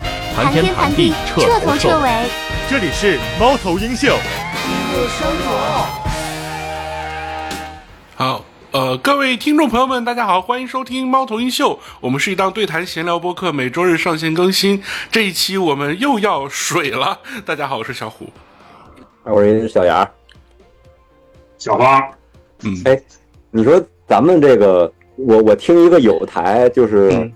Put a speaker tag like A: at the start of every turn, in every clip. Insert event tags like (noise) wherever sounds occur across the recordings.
A: 谈天谈地，彻头彻尾。
B: 这里是猫头鹰秀。
C: 好，呃，各位听众朋友们，大家好，欢迎收听《猫头鹰秀》，我们是一档对谈闲聊播客，每周日上线更新。这一期我们又要水了，大家好，我是小虎。
D: 我是小牙。
E: 小花，
C: 嗯
D: 哎，你说咱们这个，我我听一个有台，就是、
C: 嗯啊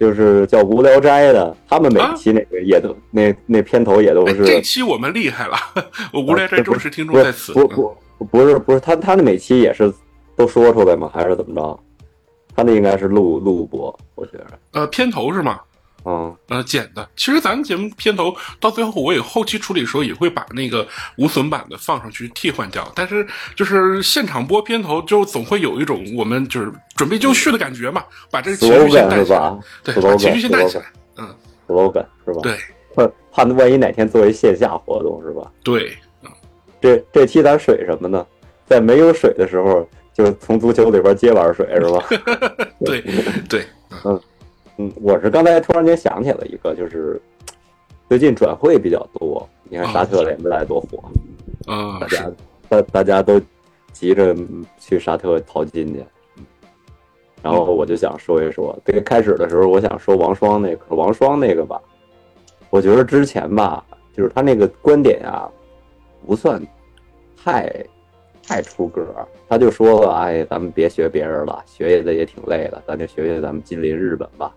D: 就是叫无聊斋的，他们每期那个也都、那那片头也都
C: 哎
D: 是，
C: 这期我们厉害了， (laughs) 我无聊斋忠实听众
D: 不
C: 在此。
D: 是
C: 嗯
D: 不不不是不是他他那每期也是都说出来吗？还是怎么着？他那应该是录录播，我觉得，
C: 呃，片头是吗？
D: 嗯，
C: 呃，剪的。其实咱们节目片头到最后，我也后期处理的时候也会把那个无损版的放上去替换掉。但是就是现场播片头，就总会有一种我们就是准备就绪的感觉嘛，把这个情绪先
D: slogan
C: 带
D: 是
C: 起来
D: 吧，
C: 啊对，把情绪先带起
D: ？slogan
C: 来。嗯，
D: slogan 是吧？
C: 对
D: 怕，怕万一哪天作为线下活动是吧？ (laughs)
C: 对，
D: 这这期咱水什么呢？在没有水的时候，就从足球里边接碗水是吧？
C: 对，对，
D: 嗯，我是刚才突然间想起了一个，就是最近转会比较多，你看沙特联不来多火，
C: 嗯、
D: 大
C: 是
D: 家大大家都急着去沙特淘金去。然后我就想说一说，这个开始的时候我想说王霜那个，王霜那个吧，我觉得之前吧，就是他那个观点啊，不算太太出格儿，他就说了，哎，咱们别学别人了，学业的也挺累的，咱就学学咱们近邻日本吧。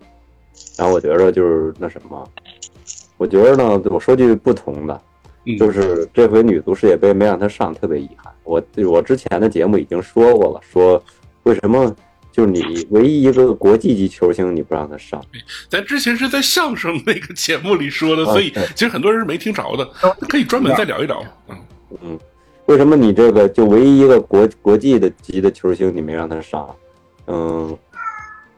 D: 然后我觉得就是那什么，我觉得呢，我说句不同的，
C: 嗯
D: 就是这回女足世界杯没让她上，特别遗憾。我我之前的节目已经说过了，说为什么就是你唯一一个国际级球星你不让她上，
C: 咱之前是在相声那个节目里说的，所以
D: 啊对
C: 其实很多人是没听着的，可以专门再聊一聊。嗯，
D: 为什么你这个就唯一一个国国际的级的球星你没让他上？嗯，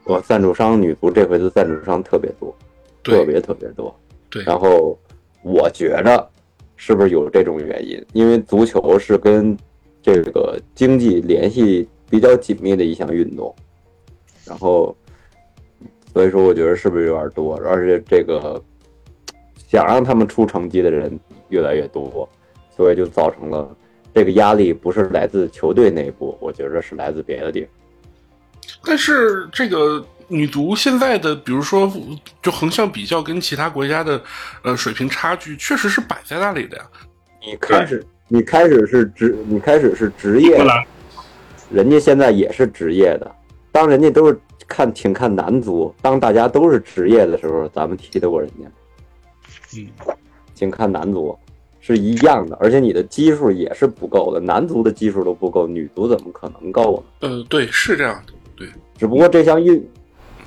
D: 我赞助商女足这回的赞助商特别多，特
C: 对
D: 别特别多。
C: 对，
D: 然后我觉着是不是有这种原因？因为足球是跟这个经济联系比较紧密的一项运动，然后所以说我觉得是不是有点多？而且这个想让他们出成绩的人越来越多，所以就造成了这个压力不是来自球队内部，我觉着是来自别的地方。
C: 但是这个女足现在的，比如说就横向比较跟其他国家的呃水平差距，确实是摆在那里的呀。
D: 你开始，你开始是职，你开始是职业
E: 波兰
D: 人家现在也是职业的，当人家都是看，请看男足，当大家都是职业的时候，咱们踢得过人家。
C: 嗯，
D: 请看男足是一样的，而且你的基数也是不够的，男足的基数都不够，女足怎么可能够呢？
C: 呃，对，是这样的。
D: 只不过这项运，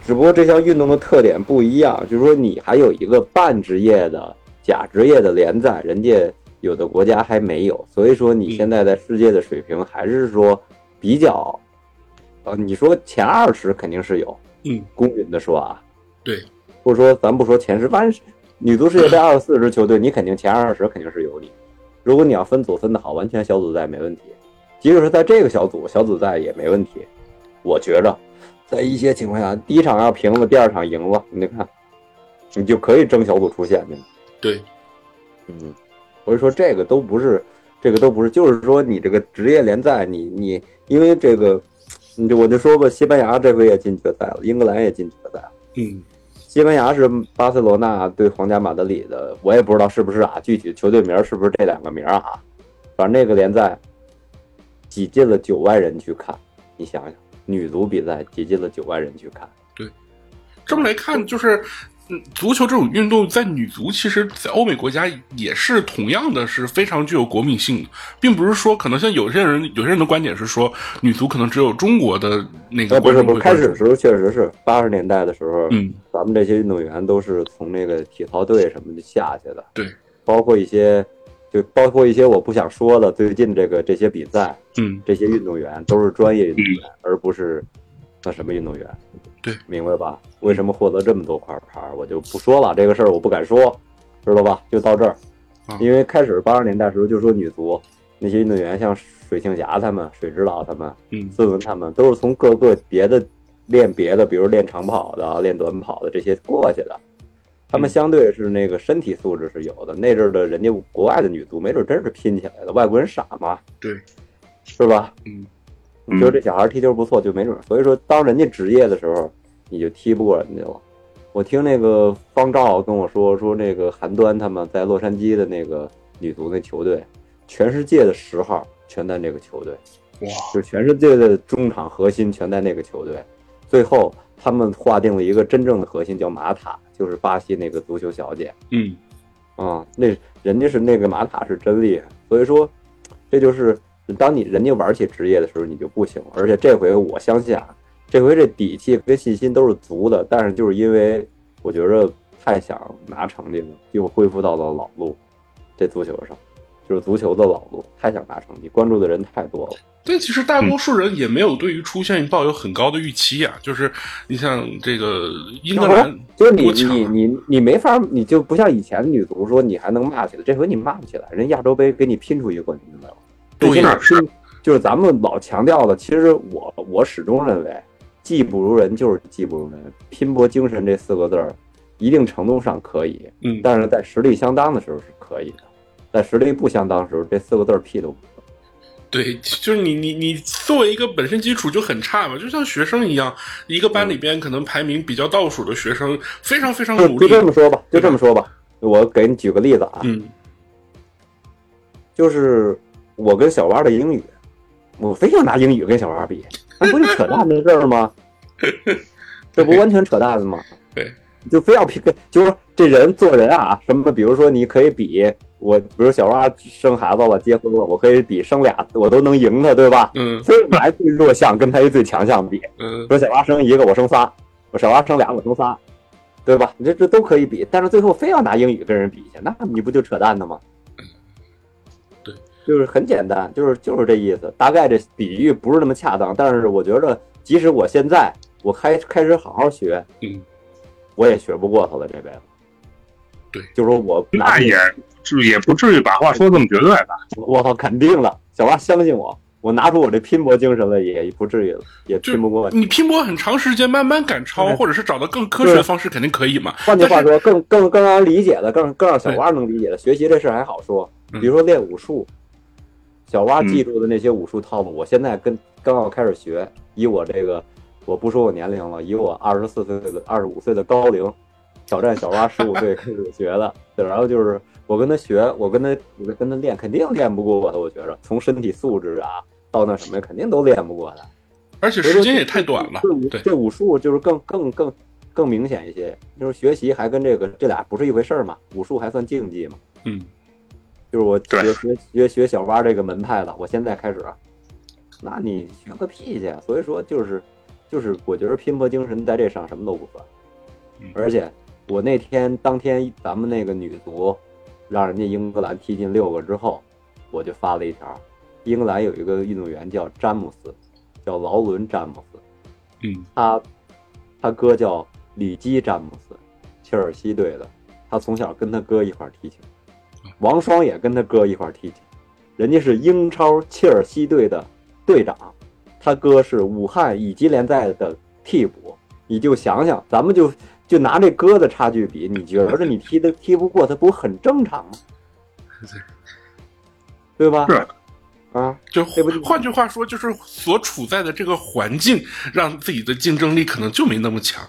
D: 只不过这项运动的特点不一样，就是说你还有一个半职业的、假职业的联赛，人家有的国家还没有，所以说
C: 嗯
D: 你现在在世界的水平还是说比较，呃，你说前二十肯定是有，
C: 嗯，
D: 公允的说啊，
C: 对，
D: 或者说咱不说前十，反正女足世界杯二十四支球队，你肯定前二十肯定是有你。如果你要分组分的好，完全小组赛没问题，即使是在这个小组小组赛也没问题。我觉着，在一些情况下，第一场要平了，第二场赢了，你就看，你就可以争小组出线去了。
C: 对，
D: 嗯，我是说这个都不是，这个都不是，就是说你这个职业联赛，你你因为这个，你就我就说吧，西班牙这回也进决赛了，英格兰也进决赛了。
C: 嗯，
D: 西班牙是巴塞罗那对皇家马德里的，我也不知道是不是啊，具体球队名儿是不是这两个名儿啊？反正那个联赛挤进了九万人去看，你想想，女足比赛挤进了九万人去看，
C: 这么来看就是。嗯，足球这种运动在女足其实，在欧美国家也是同样的是非常具有国民性的，并不是说可能像有些人有些人的观点是说女足可能只有中国的那个
D: 呃，不
C: 观
D: 是
C: 众
D: 不
C: 会
D: 是，开
C: 关
D: 始
C: 注
D: 的时候确实是八十年代的时候，
C: 嗯，
D: 咱们这些运动员都是从那个体操队什么的下去的，
C: 对，
D: 包括一些，就包括一些我不想说的，最近这个这些比赛，
C: 嗯，
D: 这些运动员都是专业运动员，而不是那什么运动员。
C: 对，
D: 明白吧？为什么获得这么多块牌儿，我就不说了，这个事儿我不敢说，知道吧？就到这儿
C: 啊。
D: 因为开始八十年代时候就说女足那些运动员，像水庆霞他们、水指导他们、
C: 嗯
D: 孙文他们，都是从各个别的练别的，比如练长跑的、练短跑的这些过去的。他们相对是那个身体素质是有的，那阵儿的人家国外的女足没准真是拼起来的，外国人傻嘛，
C: 对，
D: 是吧？
C: 嗯，
D: 你说这小孩踢球不错，就没准。所以说，当人家职业的时候，你就踢不过人家了。我听那个方照跟我说，说那个韩端他们在洛杉矶的那个女足那球队，全世界的十号全在那个球队，
C: 哇，
D: 就全世界的中场核心全在那个球队。最后，他们划定了一个真正的核心，叫马塔，就是巴西那个足球小姐。
C: 嗯，
D: 啊、那人家是那个马塔是真厉害，所以说，这就是当你人家玩起职业的时候，你就不行了。而且这回我相信啊，这回这底气跟信心都是足的，但是就是因为我觉着太想拿成绩了，又恢复到了老路，这足球上就是足球的老路，太想拿成绩，关注的人太多了。
C: 但其实大
D: 嗯
C: 多数人也没有对于出现抱有很高的预期呀、就是你像这个英格兰
D: 就是你
C: 多强啊
D: 你你你没法，你就不像以前女足说你还能骂起来，这回你骂不起来，人亚洲杯给你拼出一个冠军来了。
C: 对
D: 现在
C: 呀
D: 拼就是咱们老强调的，其实我我始终认为，技不如人就是技不如人，拼搏精神这四个字儿，一定程度上可以，
C: 嗯
D: 但是在实力相当的时候是可以的，在实力不相当的时候，这四个字儿屁都不是。
C: 对，就是你你你作为一个本身基础就很差嘛，就像学生一样，一个
D: 嗯
C: 班里边可能排名比较倒数的学生，非常非常
D: 就
C: 努
D: 就
C: 力，
D: 这么说吧，就这么说吧，我给你举个例子啊，
C: 嗯
D: 就是我跟小蛙的英语，我非要拿英语跟小蛙比，那不是扯淡的事儿吗？这不完全扯淡的吗？
C: 对，
D: 就非要比跟，就是说这人做人啊，什么，比如说你可以比我，比如小蛙生孩子了，结婚了，我可以比生俩，我都能赢他，对吧？
C: 嗯
D: 所以我还最弱项跟他一最强项比，
C: 嗯，
D: 说小蛙生一个，我生仨；我小蛙生俩，我生仨，对吧？你这这都可以比，但是最后非要拿英语跟人比去，那你不就扯淡呢吗？
C: 嗯对，
D: 就是很简单，就是就是这意思。大概这比喻不是那么恰当，但是我觉着，即使我现在我开开始好好学，
C: 嗯，
D: 我也学不过他了这辈子。
C: 对，
D: 就说我拿
E: 那也就也不至于把话说这么绝对吧？
D: 我操，肯定了，小蛙相信我，我拿出我这拼搏精神来，也不至于了，也
C: 就
D: 拼不过你。
C: 你拼搏很长时间，慢慢赶超，
D: 对
C: 或者是找到更科学的方式，肯定可以嘛。
D: 换句话说，更更更让人理解的，更更让小蛙能理解的，学习这事儿还好说。
C: 嗯
D: 比如说练武术，小蛙记住的那些武术套路，我现在跟刚要开始学，以我这个我不说我年龄了，以我二十四岁的二十五岁的高龄，挑战小蛙十五岁开始学的。对，然后就是我跟他学，我跟他我跟他练，肯定练不过我的。我觉着从身体素质啊到那什么，肯定都练不过他。
C: 而且时间也太短了
D: 这武，
C: 对，
D: 这武术就是更更更更明显一些，就是学习还跟这个这俩不是一回事儿嘛，武术还算竞技嘛。
C: 嗯，
D: 就是我
E: 对
D: 学学学学小蛙这个门派了，我现在开始，啊那你学个屁去！啊所以说就是就是，我觉得拼搏精神在这上什么都不算
C: 嗯。
D: 而且我那天当天咱们那个女足让人家英格兰踢进六个之后，我就发了一条，英格兰有一个运动员叫詹姆斯，叫劳伦詹姆斯，
C: 嗯
D: 他他哥叫里基詹姆斯，切尔西队的，他从小跟他哥一块儿踢球，王双也跟他哥一块儿踢球，人家是英超切尔西队的队长，他哥是武汉乙级联赛的替补，你就想想，咱们就就拿这哥的差距比，你觉着你踢的踢不过他，不很正常吗？对吧？
E: 是
D: 啊，
C: 就
D: 对不起
C: 换句话说，就是所处在的这个环境，让自己的竞争力可能就没那么强。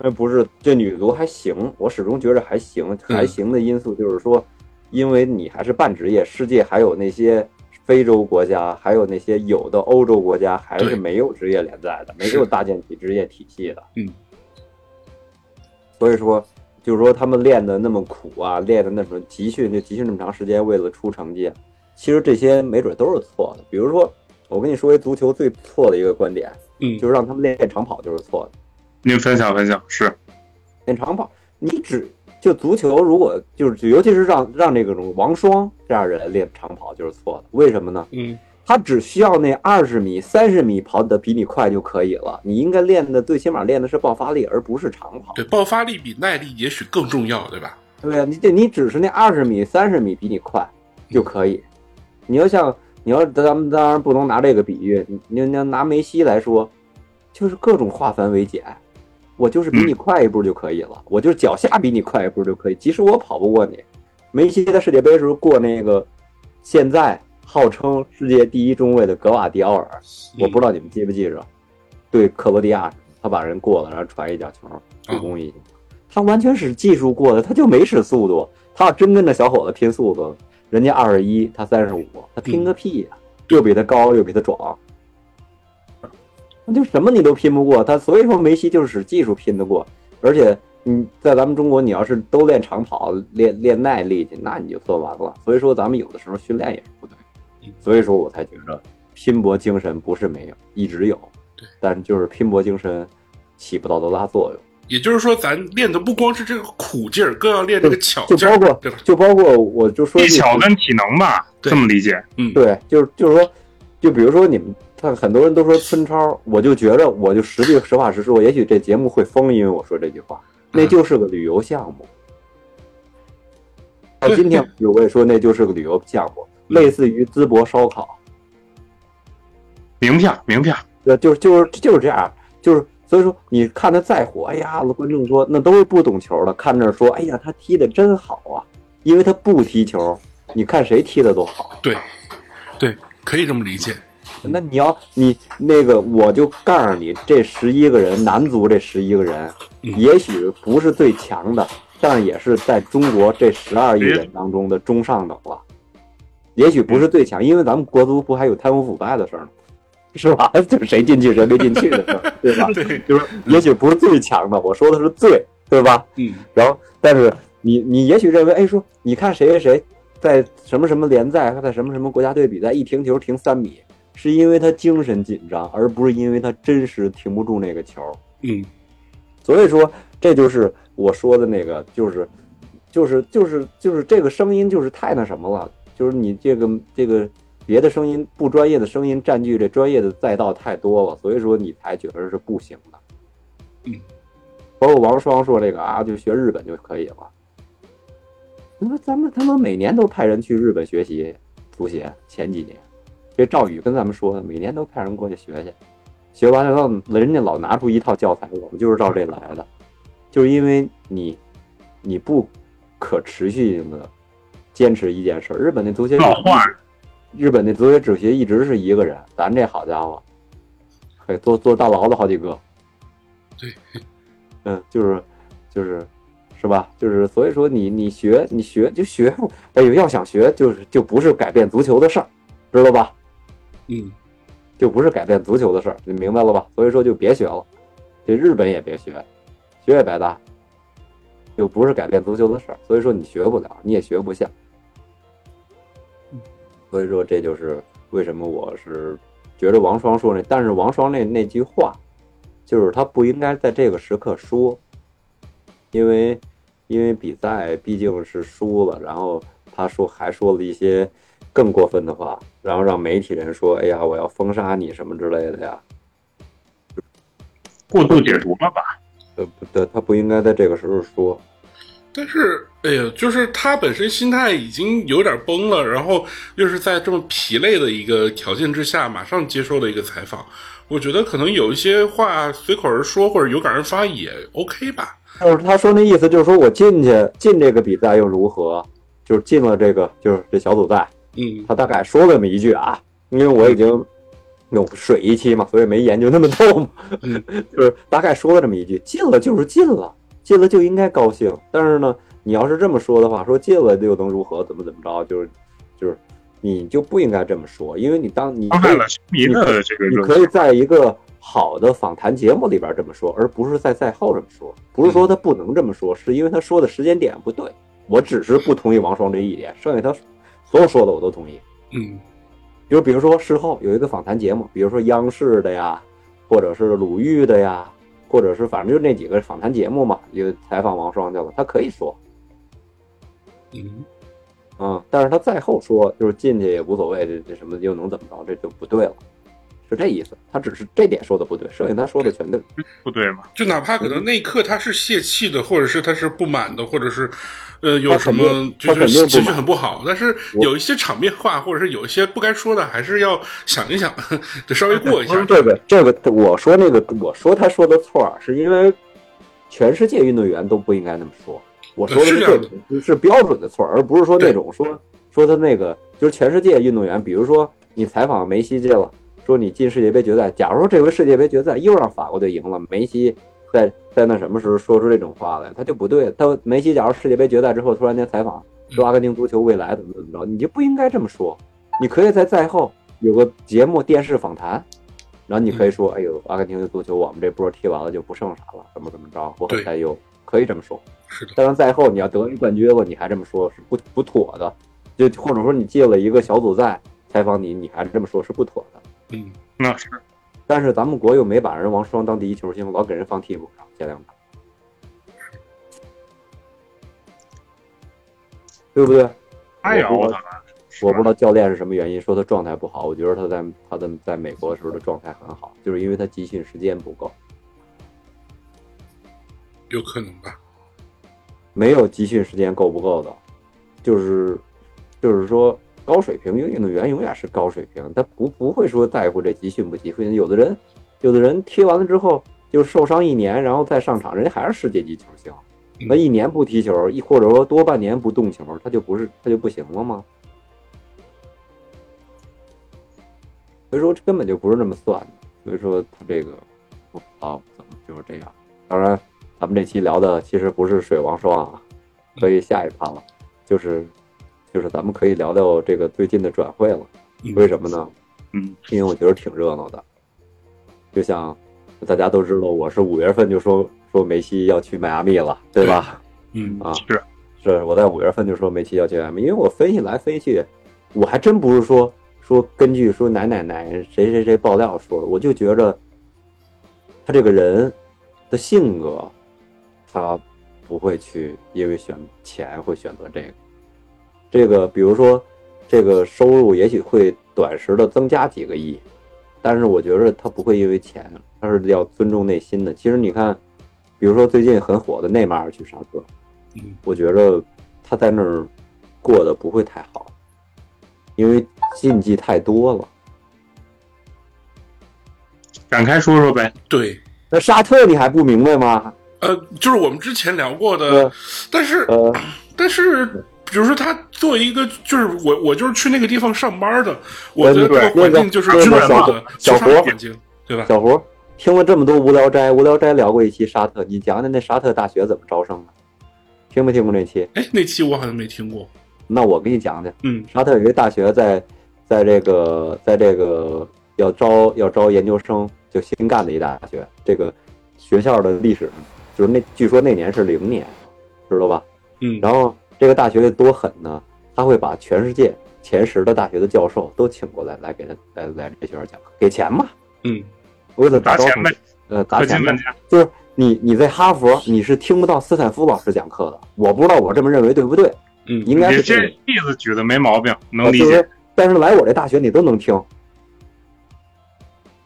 D: 呃，不是，这女足还行，我始终觉着还行。还
C: 嗯
D: 行的因素就是说，因为你还是半职业，世界还有那些非洲国家，还有那些有的欧洲国家还是
C: 对
D: 没有职业联赛的，没
C: 是
D: 有大健体职业体系的。
C: 嗯。
D: 所以说，就是说他们练的那么苦啊，练的那什么集训，就集训那么长时间，为了出成绩，其实这些没准都是错的。比如说，我跟你说一足球最错的一个观点，
C: 嗯
D: 就是让他们练长跑就是错的。
E: 您分享分享，是
D: 练长跑，你只就足球，如果就是尤其是让让这个种王霜这样人练长跑就是错的。为什么呢？
C: 嗯
D: 他只需要那二十米、三十米跑得比你快就可以了。你应该练的最起码练的是爆发力，而不是长跑。
C: 对，爆发力比耐力也许更重要，对吧？
D: 对啊呀，你这你只是那二十米、三十米比你快就可以。你要像你要咱们当然不能拿这个比喻，你你要拿梅西来说，就是各种化繁为简。我就是比你快一步就可以了，我就是脚下比你快一步就可以。即使我跑不过你，梅西在世界杯时候过那个，现在号称世界第一中卫的格瓦迪奥尔，我不知道你们记不记着，对克罗地亚，他把人过了，然后传一脚球，助攻一。他完全是技术过的，他就没使速度。他要真跟这小伙子拼速度，人家二十一，他三十五，他拼个屁呀、又比他高，又比他壮，那就什么你都拼不过他。所以说梅西就是使技术拼得过，而且你在咱们中国，你要是都练长跑、练练耐力去，那你就算完了。所以说咱们有的时候训练也是不对，所以说我才觉着拼搏精神不是没有，一直有，但就是拼搏精神起不到多大作用。
C: 也就是说，咱练的不光是这个苦劲儿，更要练这个巧
D: 就
C: 劲儿，
D: 包括
C: 对吧？
D: 就包括我就说
E: 技
D: 一句
E: 巧跟体能吧，
C: 对
E: 这么理解。
D: 对，就是就是说，就比如说你们，看很多人都说村超，我就觉着我就实际实话实说，也许这节目会封，因为我说这句话，那
C: 嗯
D: 就是个旅游项目。到
C: 对嗯
D: 今天我也说那就是个旅游项目，类似于淄博烧烤，
E: 名片，名片，
D: 对，呃就是就是就是这样，就是所以说你看他再火，哎呀，观众说那都是不懂球的，看着说，哎呀，他踢的真好啊，因为他不踢球，你看谁踢的都好。
C: 对，对，可以这么理解。
D: 那你要你那个，我就告诉你，这十一个人，男足这十一个人，
C: 嗯
D: 也许不是最强的，但也是在中国这十二亿人当中的中上等了。也许不是最强，因为咱们国足不还有贪污腐败的事儿呢， (laughs) 是吧？就是谁进去谁没进去的事儿，对吧？
C: 对，
D: 就是也许不是最强的，我说的是最，对吧？
C: 嗯，
D: 然后，但是你你也许认为，哎，说你看谁谁谁在什么什么联赛，他在什么什么国家队比赛一停球停三米，是因为他精神紧张，而不是因为他真实停不住那个球。
C: 嗯，
D: 所以说，这就是我说的那个，就是，就是，就是，就是这个声音就是太那什么了，就是你这个这个别的声音不专业的声音占据这专业的赛道太多了，所以说你才觉得是不行的。
C: 嗯，
D: 包括王双说这个啊，就学日本就可以了。你说咱们他妈每年都派人去日本学习足协，前几年这赵宇跟咱们说的，每年都派人过去学去。学完了让人家老拿出一套教材，我们就是照这来的，就是因为你你不可持续性的坚持一件事儿。日本那足协
E: 老话儿，
D: 日本那足协主席一直是一个人，咱这好家伙，嘿，坐坐大牢的好几个。
C: 对，
D: 嗯，就是就是是吧？就是所以说你你学你学就学，哎呦，要想学就是就不是改变足球的事儿，知道吧？
C: 嗯，
D: 就不是改变足球的事儿，你明白了吧？所以说就别学了，这日本也别学，学也白搭，就不是改变足球的事儿，所以说你学不了，你也学不像。所以说这就是为什么我是觉得王双说那，但是王双那那句话，就是他不应该在这个时刻说，因为因为比赛毕竟是输了，然后他说还说了一些更过分的话，然后让媒体人说：“哎呀，我要封杀你什么之类的呀。
E: 过度解读了吧？”
D: 呃，不对，他不应该在这个时候说。
C: 但是，哎呀，就是他本身心态已经有点崩了，然后又是在这么疲累的一个条件之下，马上接受了一个采访，我觉得可能有一些话随口而说或者有感而发也 OK 吧。
D: 就是他说那意思，就是说我进去进这个比赛又如何？就是进了这个，就是这小组赛，
C: 嗯，
D: 他大概说了那么一句啊，因为我已经有水一期嘛，所以没研究那么透嘛，
C: 嗯
D: (laughs) 就是大概说了这么一句，进了就是进了，进了就应该高兴。但是呢，你要是这么说的话，说进了又能如何，怎么怎么着，就是就是你就不应该这么说，因为你当你
E: 伤害了球迷的这个
D: 你
E: 热
D: 可
E: 情
D: 以。在一个好的访谈节目里边这么说，而不是在赛后这么说。不是说
E: 嗯
D: 他不能这么说，是因为他说的时间点不对。我只是不同意王双这一点，剩下他所有说的我都同意。
C: 嗯，
D: 就是比如说事后有一个访谈节目，比如说央视的呀，或者是鲁豫的呀，或者是反正就那几个访谈节目嘛，就采访王双去了，他可以说，
C: 嗯，
D: 嗯，但是他再后说就是进去也无所谓，这这什么又能怎么着，这就不对了，是这意思。他只是这点说的不对，剩下他说的全对。
E: 不对嘛？
C: 就哪怕可能那一刻他是泄气的，或者是他是不满的，或者是呃有
D: 他
C: 什
D: 肯定
C: 么就
D: 他肯定
C: 是
D: 不
C: 情绪
D: 满
C: 很不好，但是
D: 我
C: 有一些场面话或者是有一些不该说的，还是要想一想，
D: 哎
C: 得稍微过一下。
D: 这个这个，我说那个，我说他说的错儿，是因为全世界运动员都不应该那么说。我说的
C: 是
D: 是
C: 这
D: 这
C: 样的
D: 种是是标准的错，而不是说那
C: 对
D: 种说说他那个就是全世界运动员，比如说你采访梅西去了，说你进世界杯决赛，假如说这回世界杯决赛又让法国队赢了，梅西在在那什么时候说出这种话来，他就不对。他梅西假如世界杯决赛之后突然间采访
C: 嗯
D: 说阿根廷足球未来怎么怎么着，你就不应该这么说。你可以在赛后有个节目电视访谈，然后你可
C: 嗯
D: 以说，哎呦，阿根廷的足球我们这波踢完了就不剩啥了，怎么怎么着，我很
C: 对
D: 担忧，可以这么说。
C: 是的，
D: 但是赛后你要得了冠军了，你还这么说是不不妥的，就或者说你进了一个小组赛采访你，你还这么说是不妥的。
C: 嗯，
E: 那是
D: 但是咱们国又没把人王霜当第一球星，老给人放替补上，前两场，对不对？
E: 他
D: 哎
E: 也熬他
D: 我不知道教练是什么原因，说他状态不好。我觉得他在他在在美国的时候的状态很好，就是因为他集训时间不够，
C: 有可能吧。
D: 没有集训时间够不够的，就是就是说高水平运动员永远是高水平，他不不会说在乎这集训不集训。有的人有的人踢完了之后就受伤一年，然后再上场，人家还是世界级球星。那一年不踢球，一或者说多半年不动球，他就不是他就不行了吗？所以说这根本就不是那么算的。所以说他这个不知道怎么就是这样。当然，咱们这期聊的其实不是水王双啊，所以下一趴了，就是就是咱们可以聊聊这个最近的转会了。
C: 嗯
D: 为什么呢？
E: 嗯，
D: 因为我觉得挺热闹的。就像大家都知道，我是五月份就说说梅西要去迈阿密了，对吧？
C: 嗯
D: 啊，
E: 是
D: 是，我在五月份就说梅西要去 M，因为我分析来分析去，我还真不是说说根据说奶奶奶谁谁谁爆料说的，我就觉着他这个人的性格，他不会去因为选钱会选择这个，这个比如说这个收入也许会短时的增加几个亿，但是我觉着他不会因为钱，他是要尊重内心的。其实你看，比如说最近很火的内马尔去沙特，
C: 嗯
D: 我觉着他在那儿过得不会太好，因为禁忌太多了。
E: 展开说说呗。
C: 对，
D: 那沙特你还不明白吗？
C: 呃，就是我们之前聊过的
D: 呃，
C: 但是
D: 呃，
C: 但是，比如说他作为一个，就是我我就是去那个地方上班的，我
D: 呃
C: 的这个
D: 对
C: 环境就是
D: 那个
C: 军人
D: 小
C: 的就
D: 小
C: 是他的
D: 活
C: 环境，对吧？
D: 小胡听了这么多无聊斋，无聊斋聊过一期沙特，你讲讲那沙特大学怎么招生的？听没听过那期？
C: 哎，那期我好像没听过，
D: 那我给你讲讲。
C: 嗯
D: 沙特有一个大学在，在这个在这个要招要招研究生，就新干的一大学。这个学校的历史就是那据说那年是零年，知道吧？
C: 嗯，
D: 然后这个大学得多狠呢，他会把全世界前十的大学的教授都请过来，来给他来来这学校讲课，给钱嘛，
C: 嗯
D: 为了打
E: 砸
D: 招
E: 钱
D: 呼
E: 呗，
D: 呃，砸
E: 科技
D: 钱呗
E: 玩。家，
D: 就是你你在哈佛你是听不到斯坦福老师讲课的，我不知道我这么认为对不对，
C: 嗯
D: 应该
E: 你
D: 是
E: 这
D: 对的
E: 例子举的没毛病，能
D: 啊
E: 理
D: 就
E: 解
D: 是。但是来我这大学你都能听。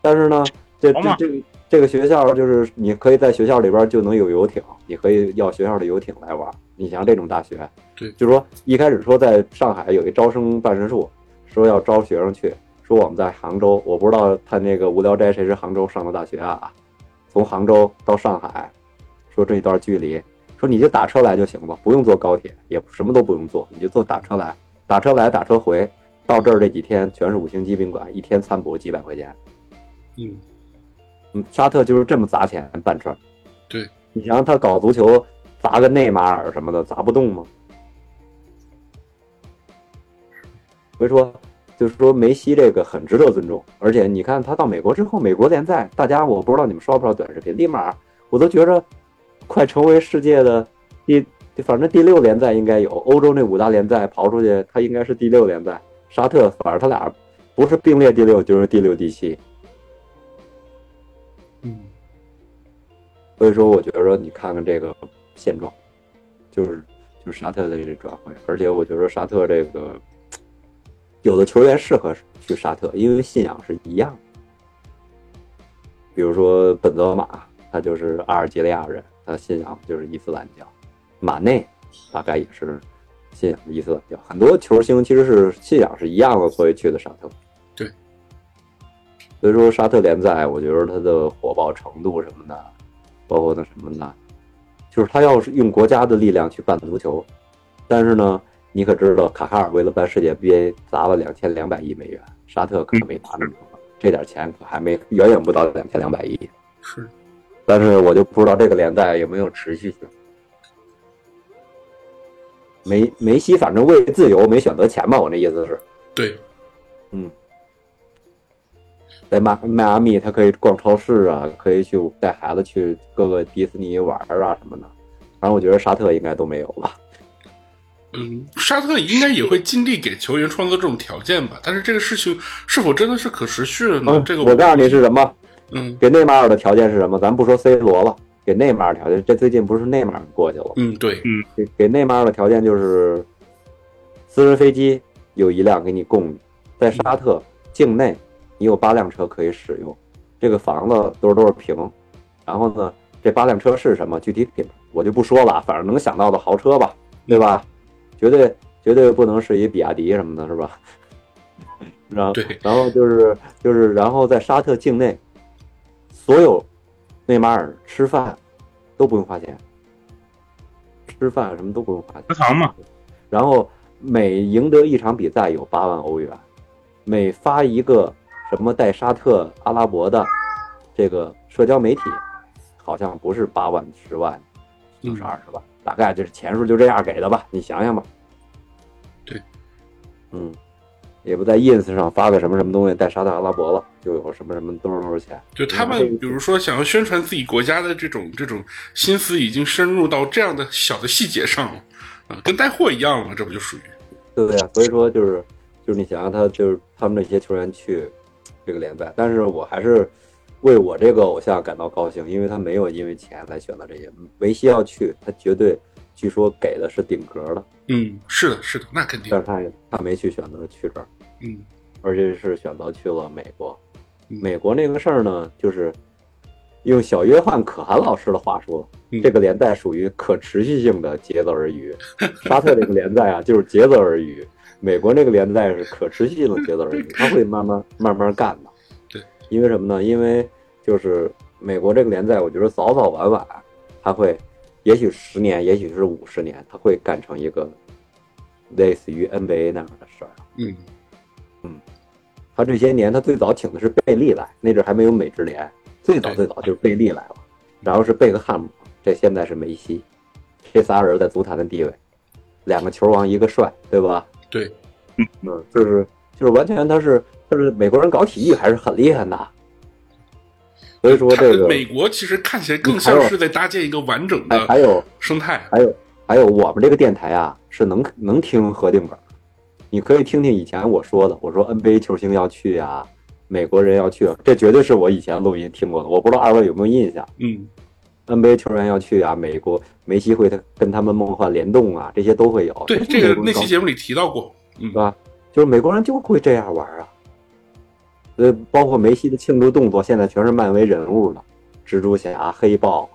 D: 但是呢，这
E: 好
D: 这
E: 嘛
D: 这个这个学校就是你可以在学校里边就能有游艇，你可以要学校的游艇来玩。你像这种大学，
C: 对
D: 就说一开始说在上海有一招生办事处，说要招学生去，说我们在杭州，我不知道他那个无聊斋谁是杭州上的大学啊，从杭州到上海，说这一段距离，说你就打车来就行了，不用坐高铁，也什么都不用做，你就坐打车来，打车来打车回，到这儿这几天全是五星级宾馆，一天餐补几百块钱。
C: 嗯，
D: 嗯，沙特就是这么砸钱办事儿。
C: 对，
D: 你想想他搞足球砸个内马尔什么的，砸不动吗？所以说，就是说梅西这个很值得尊重，而且你看他到美国之后，美国联赛，大家我不知道你们刷不刷短视频，立马我都觉着快成为世界的第，反正第六联赛应该有，欧洲那五大联赛刨出去，他应该是第六联赛。沙特反正他俩不是并列第六就是第六第七，
C: 嗯
D: 所以说，我觉得你看看这个现状，就是就是沙特的这转会，而且我觉得沙特这个有的球员适合去沙特，因为信仰是一样的。比如说本泽马，他就是阿尔及利亚人，他信仰就是伊斯兰教；马内大概也是信仰伊斯兰教。很多球星其实是信仰是一样的，所以去的沙特。
C: 对，
D: 所以说沙特联赛，我觉得它的火爆程度什么的，包括那什么呢，就是他要是用国家的力量去办足球，但是呢，你可知道卡塔尔为了办世界杯砸了两千两百亿美元，沙特可没拿那么多，这点钱可还没远远不到两千两百亿。
C: 是
D: 但是我就不知道这个连带有没有持续性。梅梅西反正为自由没选择钱吧，我那意思是，
C: 对，
D: 在迈迈阿密他可以逛超市啊，可以去带孩子去各个迪士尼玩儿啊什么的。反正我觉得沙特应该都没有吧。
C: 嗯，沙特应该也会尽力给球员创造这种条件吧，但是这个事情是否真的是可持续的呢？嗯这个
D: 哦嗯我告诉你是什么，
C: 嗯
D: 给内马尔的条件是什么？咱不说 C 罗了，给内马尔条件，这最近不是内马尔过去了，
C: 嗯，对，
D: 给给内马尔的条件就是，私人飞机有一辆给你供你，在沙特境内你有八辆车可以使用，这个房子多少多少平，然后呢，这八辆车是什么具体品牌我就不说了，啊反正能想到的豪车吧，对吧？绝对绝对不能是一比亚迪什么的，是吧？ (laughs) 然后
C: 对
D: 然后就是就是然后在沙特境内，所有内马尔吃饭都不用花钱，吃饭什么都不用花钱。
E: 食堂嘛，
D: 然后每赢得一场比赛有八万欧元，每发一个什么带沙特阿拉伯的这个社交媒体，好像不是八万十万，就是二十万，大概就是钱数就这样给的吧，你想想吧。
C: 对，
D: 嗯，也不在 ins 上发个什么什么东西带沙特阿拉伯了，就有什么什么多少多少钱。
C: 就他
D: 然后
C: 们比如说想要宣传自己国家的这种这种心思，已经深入到这样的小的细节上了，啊、跟带货一样了，这不就属于
D: 对不对？所以说就是就是你想让他就是他们这些球员去这个联赛，但是我还是为我这个偶像感到高兴，因为他没有因为钱来选择这些。梅西要去，他绝对据说给的是顶格的，
C: 嗯，是的，是的，那肯定
D: 但，是他也他没去选择去这儿，
C: 嗯
D: 而且是选择去了美国。
C: 嗯
D: 美国那个事儿呢，就是用小约翰·可汗老师的话说，
C: 嗯
D: 这个联赛属于可持续性的竭泽而渔。沙特这个联赛啊， (laughs) 就是竭泽而渔；美国这个联赛是可持续性的竭泽而渔，它会慢慢慢慢干的。
C: (laughs) 对，
D: 因为什么呢？因为就是美国这个联赛，我觉得早早晚晚，它会，也许十年，也许是五十年，它会干成一个类似于 NBA 那样的事儿。啊
C: 嗯，
D: 他这些年，他最早请的是贝利来，那阵儿还没有美职联，最早
C: 对
D: 最早就是贝利来了，然后是贝克汉姆，这现在是梅西，这仨人在足坛的地位，两个球王一个帅，对吧？
C: 对，
D: 嗯，就是就是完全他是他是美国人搞体育还是很厉害的，所以说
C: 他
D: 这个
C: 美国其实看起来更像是在搭建一个完整
D: 还还
C: 的
D: 有
C: 生态，
D: 还有还有，我们这个电台啊是能能听核定本儿，你可以听听以前我说的，我说 NBA 球星要去啊，美国人要去啊，这绝对是我以前录音听过的，我不知道二位有没有印象
C: 嗯
D: ，NBA 球员要去啊，美国梅西会他跟他们梦幻联动啊，这些都会有。
C: 对，这
D: 这是美
C: 个
D: 国
C: 那
D: 人
C: 期
D: 搞
C: 节目里提到过，嗯
D: 对，吧？就是美国人就会这样玩啊。呃，包括梅西的庆祝动作，现在全是漫威人物了，蜘蛛侠、黑豹，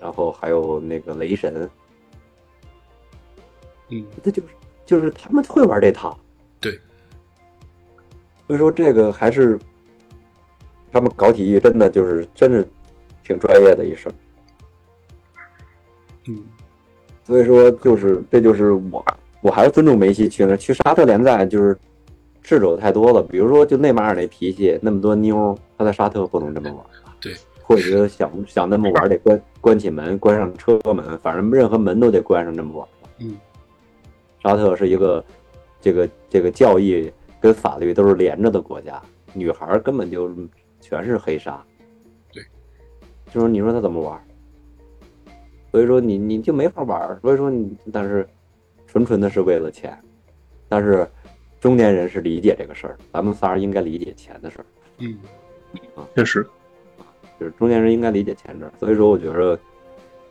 D: 然后还有那个雷神，
C: 嗯，
D: 这就是就是他们会玩这套。
C: 对，
D: 所以说这个还是他们搞体育真的就是真是挺专业的一事儿。
C: 嗯，
D: 所以说就是这就是我我还是尊重梅西去那儿去沙特联赛就是掣肘太多了，比如说就内马尔那脾气那么多妞儿，他在沙特不能这么玩。
C: 对，
D: 或者觉得想想那么玩儿得关关起门，关上车门，反正任何门都得关上，这么玩。
C: 嗯，
D: 沙特是一个这个这个教义跟法律都是连着的国家，女孩儿根本就全是黑纱。
C: 对，
D: 就是你说他怎么玩儿？所以说你你就没法玩儿。所以说你但是纯纯的是为了钱，但是中年人是理解这个事儿，咱们仨儿应该理解钱的事儿。
C: 嗯，
E: 确实，
D: 就是中年人应该理解前者。所以说，我觉着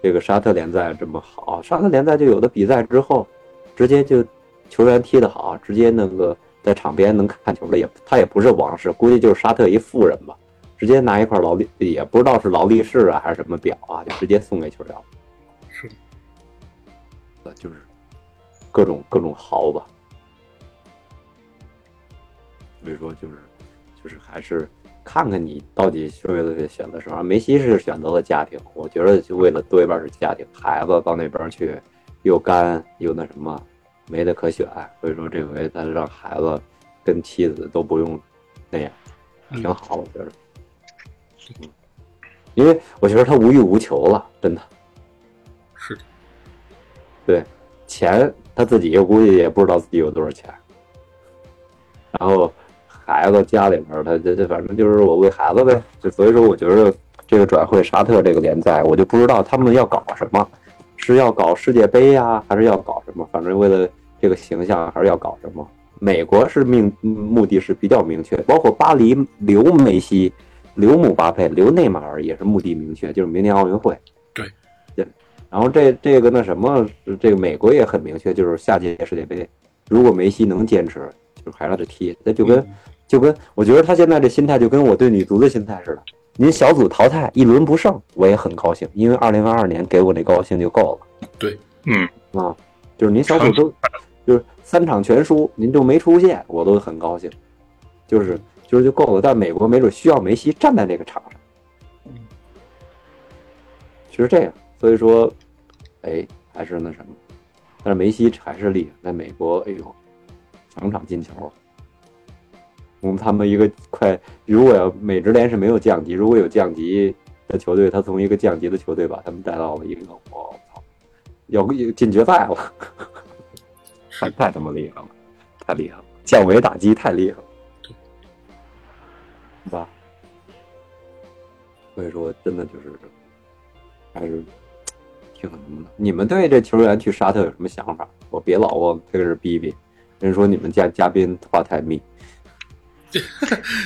D: 这个沙特联赛这么好，沙特联赛就有的比赛之后，直接就球员踢得好，直接那个在场边能看球的也他也不是王室，估计就是沙特一富人吧，直接拿一块劳力也不知道是劳力士啊还是什么表啊，就直接送给球员了。
C: 是的，
D: 呃，就是各种各种豪吧。所以说就是就是还是看看你到底是为了选择什么。梅西是选择了家庭，我觉得就为了多一半是家庭，孩子到那边去又干又那什么，没得可选。所以说这回他让孩子跟妻子都不用那样，挺好，我觉得。嗯因为我觉得他无欲无求了，真的。
C: 是的，
D: 对，钱他自己估计也不知道自己有多少钱，然后孩子家里边儿他这这反正就是我为孩子呗，就所以说我觉得这个转会沙特这个联赛，我就不知道他们要搞什么，是要搞世界杯呀、还是要搞什么？反正为了这个形象，还是要搞什么？美国是命目的是比较明确，包括巴黎留梅西、留姆巴佩、留内马尔也是目的明确，就是明年奥运会。然后这这个那什么，这个美国也很明确，就是下届世界杯，如果梅西能坚持，就是还让他踢，那就跟、就跟我觉得他现在这心态就跟我对女足的心态似的。您小组淘汰一轮不胜，我也很高兴，因为二零二二年给我那高兴就够
E: 嗯，
D: 了啊。就是您小组都就是三场全输，您就没出现，我都很高兴，就是就是就够了。但美国没准需要梅西站在这个场上，就是这样。所以说，哎，还是那什么，但是梅西还是厉害，在美国，哎呦，场场进球。我们他们一个快，如果要美职联是没有降级，如果有降级的球队，他从一个降级的球队把他们带到了一个，我操，要进决赛了。太太他妈厉害了，太厉害了！降维打击太厉害了，是吧？所以说，真的就是还是挺什么的。你们对这球员去沙特有什么想法？我别老往这个是逼逼，人说你们嘉嘉宾话太
C: (laughs)
D: 密，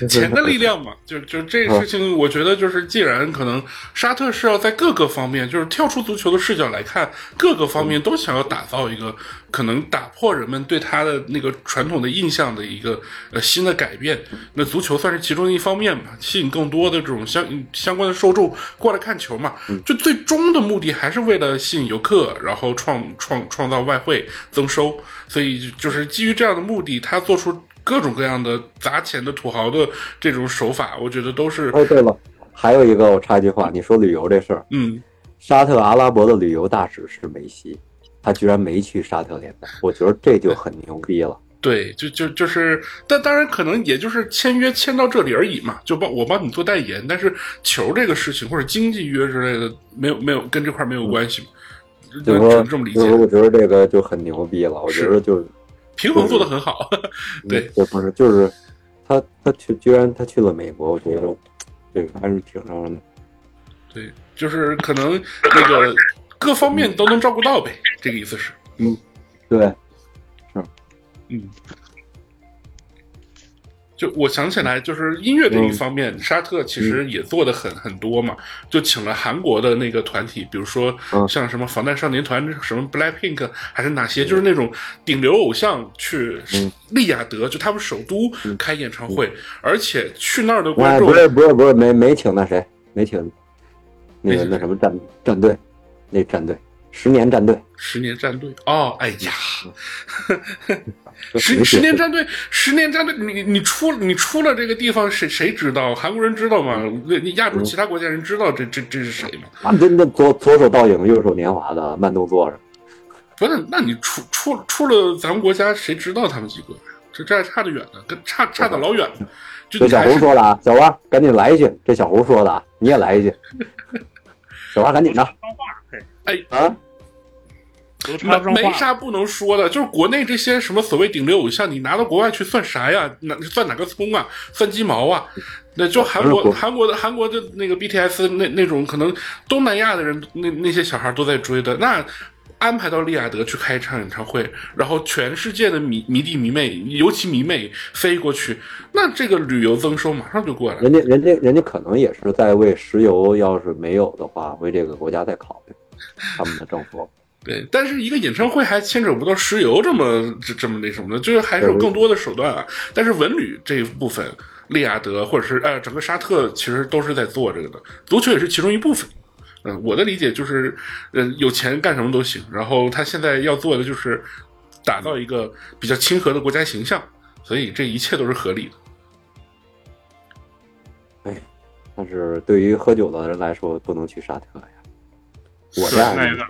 C: 钱的力量嘛，就就这事情，我觉得就是，既然可能沙特是要在各个方面，就是跳出足球的视角来看，各个方面都想要打造一个可能打破人们对他的那个传统的印象的一个呃新的改变。那足球算是其中的一方面吧，吸引更多的这种相相关的受众过来看球嘛。就最终的目的还是为了吸引游客，然后创创创造外汇增收。所以就是基于这样的目的，他做出各种各样的砸钱的土豪的这种手法，我觉得都是
D: (laughs) 哦，对了，还有一个我插一句话，你说旅游这事儿，
C: 嗯，
D: 沙特阿拉伯的旅游大使是梅西，他居然没去沙特联赛，我觉得这就很牛逼
C: (laughs)
D: 了。
C: 对，就就就是，但当然可能也就是签约签到这里而已嘛，就帮我帮你做代言，但是球这个事情或者经济约之类的，没有没有跟这块没有关系嘛，
D: 嗯
C: 那
D: 就
C: 只
D: 是说，
C: 能这么理
D: 就是
C: 解，
D: 我觉得这个就很牛逼了。我觉得就
C: 平衡
D: 嗯
C: 做得很好， (laughs) 对，
D: 这不是就是他他去居然他去了美国，我觉得这个还是挺让人
C: 对，就是可能那个各方面都能照顾到呗，这个意思是，
D: 对
C: 嗯，就我想起来，就是音乐这
D: 嗯
C: 一方面，沙特其实也做的很很多嘛，就请了韩国的那个团体，比如说
D: 嗯
C: 像什么防弹少年团、什么 BLACKPINK 还是哪些，就是那种顶流偶像去
D: 嗯
C: 利雅得，就他们首都开演唱会，而且去那儿的观
D: 哎，
C: 众
D: 不是不是不是，没没请那谁，没请那
C: 没
D: 个
C: 请
D: 那什么战战队，那战队十年战队，
C: 十年战队哦，哎呀，
D: 这
C: 十
D: 谁
C: 十年
D: 解释
C: 战队，十年战队，你你你出你出了这个地方，谁谁知道？韩国人知道吗？那那亚洲其他国家人知道这这这是谁吗？
D: 啊，真的左左手倒影，右手年华的慢动作是吧
C: 不是，那你出出出了咱们国家，谁知道他们几个？这这还差得远呢，跟差差得老远呢。就
D: 这
C: 你
D: 小
C: 还
D: 胡
C: 是
D: 说的啊，小花赶紧来一句，这小胡说的，啊，你也来一句， (laughs) 小花赶紧的
C: 哎
D: 啊，
E: 都插不上
C: 没
E: 话。
C: 啥不能说的，就是国内这些什么所谓顶流偶像，你拿到国外去算啥呀？哪算哪个葱啊？算鸡毛啊？那就韩
D: 不
C: 国
D: 是
C: 韩国的韩国的那个 BTS 那那种可能东南亚的人那那些小孩都在追的，那安排到利雅得去开一场演唱会，然后全世界的迷迷弟迷妹，尤其迷妹飞过去，那这个旅游增收马上就过来了。
D: 人家人家人家可能也是在为石油要是没有的话，为这个国家在考
C: (laughs)
D: 虑，他们的政府。
C: 对，但是一个演唱会还牵扯不到石油这么这这么那什么的，就是还是有更多的手段啊。但是文旅这一部分，利雅得或者是呃整个沙特其实都是在做这个的，足球也是其中一部分。嗯、我的理解就是，呃，有钱干什么都行。然后他现在要做的就是打造一个比较亲和的国家形象，所以这一切都是合理的。
D: 但是对于喝酒的人来说，不能去沙特呀。我这样
E: 那
D: 人
E: 个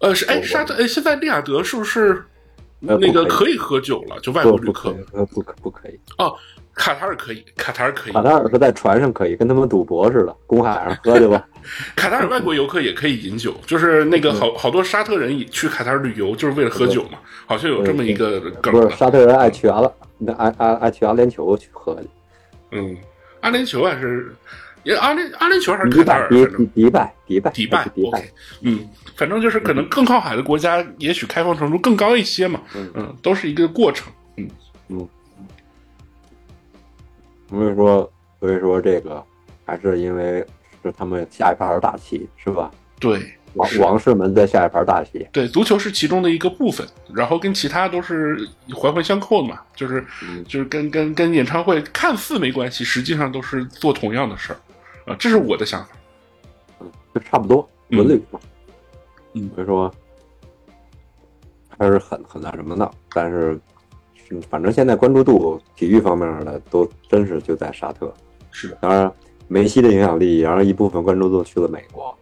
C: 呃，是哎，
D: 我
C: 沙特哎，现在利雅得是不是
D: 呃
C: 那个
D: 不
C: 可以喝酒了？就外
D: 不
C: 国旅
D: 不
C: 客
D: 可以，呃不可不可以。
C: 哦，卡塔尔可以，卡塔尔可以，
D: 卡塔尔是在船上可以，跟他们赌博似的，公海上喝去吧。
C: 卡塔尔外国游客也可以饮酒，就是那个好好多沙特人也去卡塔尔旅游，就是为了喝酒嘛，好像有这么一个梗啊
D: 不
C: 呢。
D: 是沙特人爱去阿拉，那爱爱爱去阿联酋去喝去。
C: 嗯，阿联酋还是也阿联阿联酋还是
D: 迪
C: 卡塔尔
D: 拜，
C: 反
D: 迪
C: 正
D: 迪拜，迪拜，
C: 迪拜
D: 去迪拜
C: ，OK，嗯，反正就是可能更靠海的国家，也许开放程度更高一些嘛，
D: 嗯
C: 嗯，都是一个过程，嗯，
D: 所以说，所以说这个还是因为是他们下一盘大棋，是吧？
C: 对，
D: 王
C: 是
D: 王室们在下一盘大棋，
C: 对，足球是其中的一个部分，然后跟其他都是环环相扣的嘛，就是
D: 嗯
C: 就是跟跟跟演唱会看似没关系，实际上都是做同样的事儿，啊，这是我的想法。
D: 就差不多
C: 嗯
D: 文旅嘛。
C: 嗯
D: 所以说还是很很那什么的，但是嗯反正现在关注度体育方面的都真是就在沙特。
C: 是的，
D: 当然，梅西的影响力，然后一部分关注度去了美国。